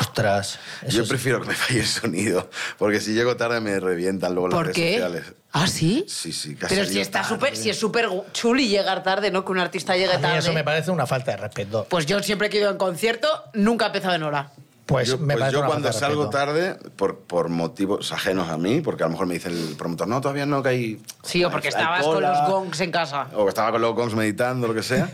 Speaker 5: Ostras. eso
Speaker 4: Yo
Speaker 5: sí.
Speaker 4: prefiero que me falle el sonido, porque si llego tarde me revientan luego las
Speaker 2: ¿Por
Speaker 4: redes
Speaker 2: qué?
Speaker 4: sociales.
Speaker 2: ¿Ah, sí?
Speaker 4: Sí, sí, casi.
Speaker 2: Pero si está súper, si es súper gu- chuli llegar tarde, ¿no? Que un artista llegue
Speaker 5: A mí
Speaker 2: tarde.
Speaker 5: eso me parece una falta de respeto.
Speaker 2: Pues yo siempre que he ido en concierto, nunca he empezado en hora.
Speaker 5: Pues
Speaker 4: yo,
Speaker 5: me
Speaker 4: pues
Speaker 5: parece
Speaker 4: yo
Speaker 5: una
Speaker 4: cuando
Speaker 5: falta de
Speaker 4: salgo
Speaker 5: respeto.
Speaker 4: tarde, por, por motivos ajenos a mí, porque a lo mejor me dice el promotor, no, todavía no, que hay...
Speaker 2: Sí, o porque
Speaker 4: hay
Speaker 2: estabas con
Speaker 4: cola".
Speaker 2: los gongs en casa.
Speaker 4: O que estaba con los gongs meditando, lo que sea.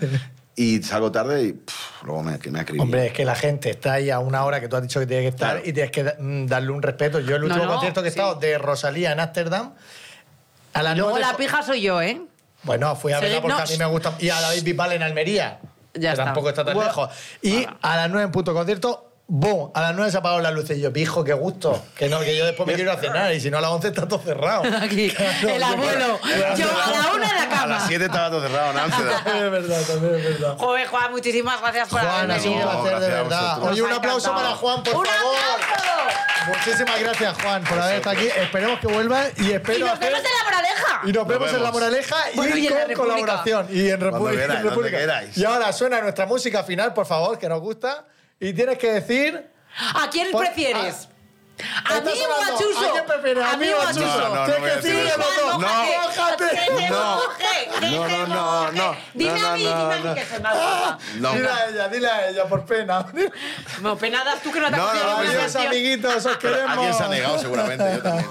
Speaker 4: y salgo tarde y pff, luego me, me acribillan.
Speaker 5: Hombre, es que la gente está ahí a una hora que tú has dicho que tiene que estar
Speaker 4: Claro.
Speaker 5: y tienes que da- mm, darle un respeto. Yo el
Speaker 2: No,
Speaker 5: último
Speaker 2: no,
Speaker 5: concierto que he
Speaker 2: sí.
Speaker 5: estado de Rosalía en Ámsterdam, a las
Speaker 2: Luego
Speaker 5: nueve-
Speaker 2: la pija soy yo, ¿eh?
Speaker 5: Bueno, fui a
Speaker 2: Sí,
Speaker 5: verla porque
Speaker 2: no,
Speaker 5: a mí
Speaker 2: sh-
Speaker 5: me gusta. Y a David Bisbal en Almería.
Speaker 2: Ya
Speaker 5: que
Speaker 2: está.
Speaker 5: Tampoco está tan
Speaker 2: Buah.
Speaker 5: lejos. Y a las 9 en punto concierto, ¡boom! A las 9 se apagaron las luces. Y yo, pijo, qué gusto. Que no, que yo después me quiero ir a cenar. Y si no, a las 11 está todo cerrado.
Speaker 2: Aquí,
Speaker 5: Claro,
Speaker 2: el
Speaker 5: yo-
Speaker 2: abuelo. Yo a la una en la
Speaker 4: A las
Speaker 2: cama.
Speaker 4: 7 estaba todo cerrado en Ámsterdam.
Speaker 5: También es verdad, también es verdad.
Speaker 2: Joder, Juan, muchísimas gracias por
Speaker 5: Juan,
Speaker 2: haber
Speaker 5: ha sido un
Speaker 2: venido.
Speaker 4: No,
Speaker 5: placer de
Speaker 4: gracias a
Speaker 5: verdad.
Speaker 4: vosotros.
Speaker 5: Oye,
Speaker 2: Nos
Speaker 5: un
Speaker 2: ha
Speaker 5: aplauso
Speaker 2: encantado.
Speaker 5: para Juan, por
Speaker 2: ¡Un
Speaker 5: favor.
Speaker 2: aplauso!
Speaker 5: Muchísimas gracias, Juan, por haber estado aquí. Esperemos que vuelva y espero.
Speaker 2: Y nos
Speaker 5: hacer-
Speaker 2: vemos en la moraleja.
Speaker 5: Y nos vemos, en la
Speaker 4: vemos.
Speaker 5: Moraleja
Speaker 2: Bueno,
Speaker 5: y,
Speaker 2: y en la
Speaker 5: con
Speaker 2: República.
Speaker 5: colaboración. Y en, Repu-
Speaker 4: Cuando
Speaker 5: y en
Speaker 4: queráis, donde
Speaker 5: República.
Speaker 4: queráis.
Speaker 5: Y ahora suena nuestra música final, por favor, que nos gusta. Y tienes que decir.
Speaker 2: ¿A quién
Speaker 5: Por-
Speaker 2: prefieres? ¿A
Speaker 5: Está
Speaker 2: mí o a
Speaker 5: sonando.
Speaker 2: Chuso?
Speaker 5: ah, ¿A quién prefieres? ¿A mí o a Chuso?
Speaker 4: No, no, no
Speaker 5: Tienes
Speaker 4: voy a
Speaker 5: que
Speaker 4: decir
Speaker 5: decir
Speaker 4: eso.
Speaker 5: los dos.
Speaker 4: No,
Speaker 2: mójate,
Speaker 5: mójate.
Speaker 2: que se
Speaker 4: No.
Speaker 2: moje, que
Speaker 4: No,
Speaker 2: se
Speaker 4: no, no,
Speaker 2: moje.
Speaker 4: no.
Speaker 2: Dime
Speaker 4: No,
Speaker 2: a mí,
Speaker 4: no,
Speaker 2: dime a
Speaker 4: no.
Speaker 2: mí que se me ha
Speaker 4: No.
Speaker 5: Dile a ella, dile a ella, por pena.
Speaker 2: No, penadas tú que no te has
Speaker 4: No, no,
Speaker 2: cogido
Speaker 4: no,
Speaker 2: ninguna
Speaker 4: yo-
Speaker 5: Adiós,
Speaker 2: canción.
Speaker 5: amiguitos, os
Speaker 4: Pero
Speaker 5: queremos.
Speaker 4: alguien se ha negado seguramente, yo también.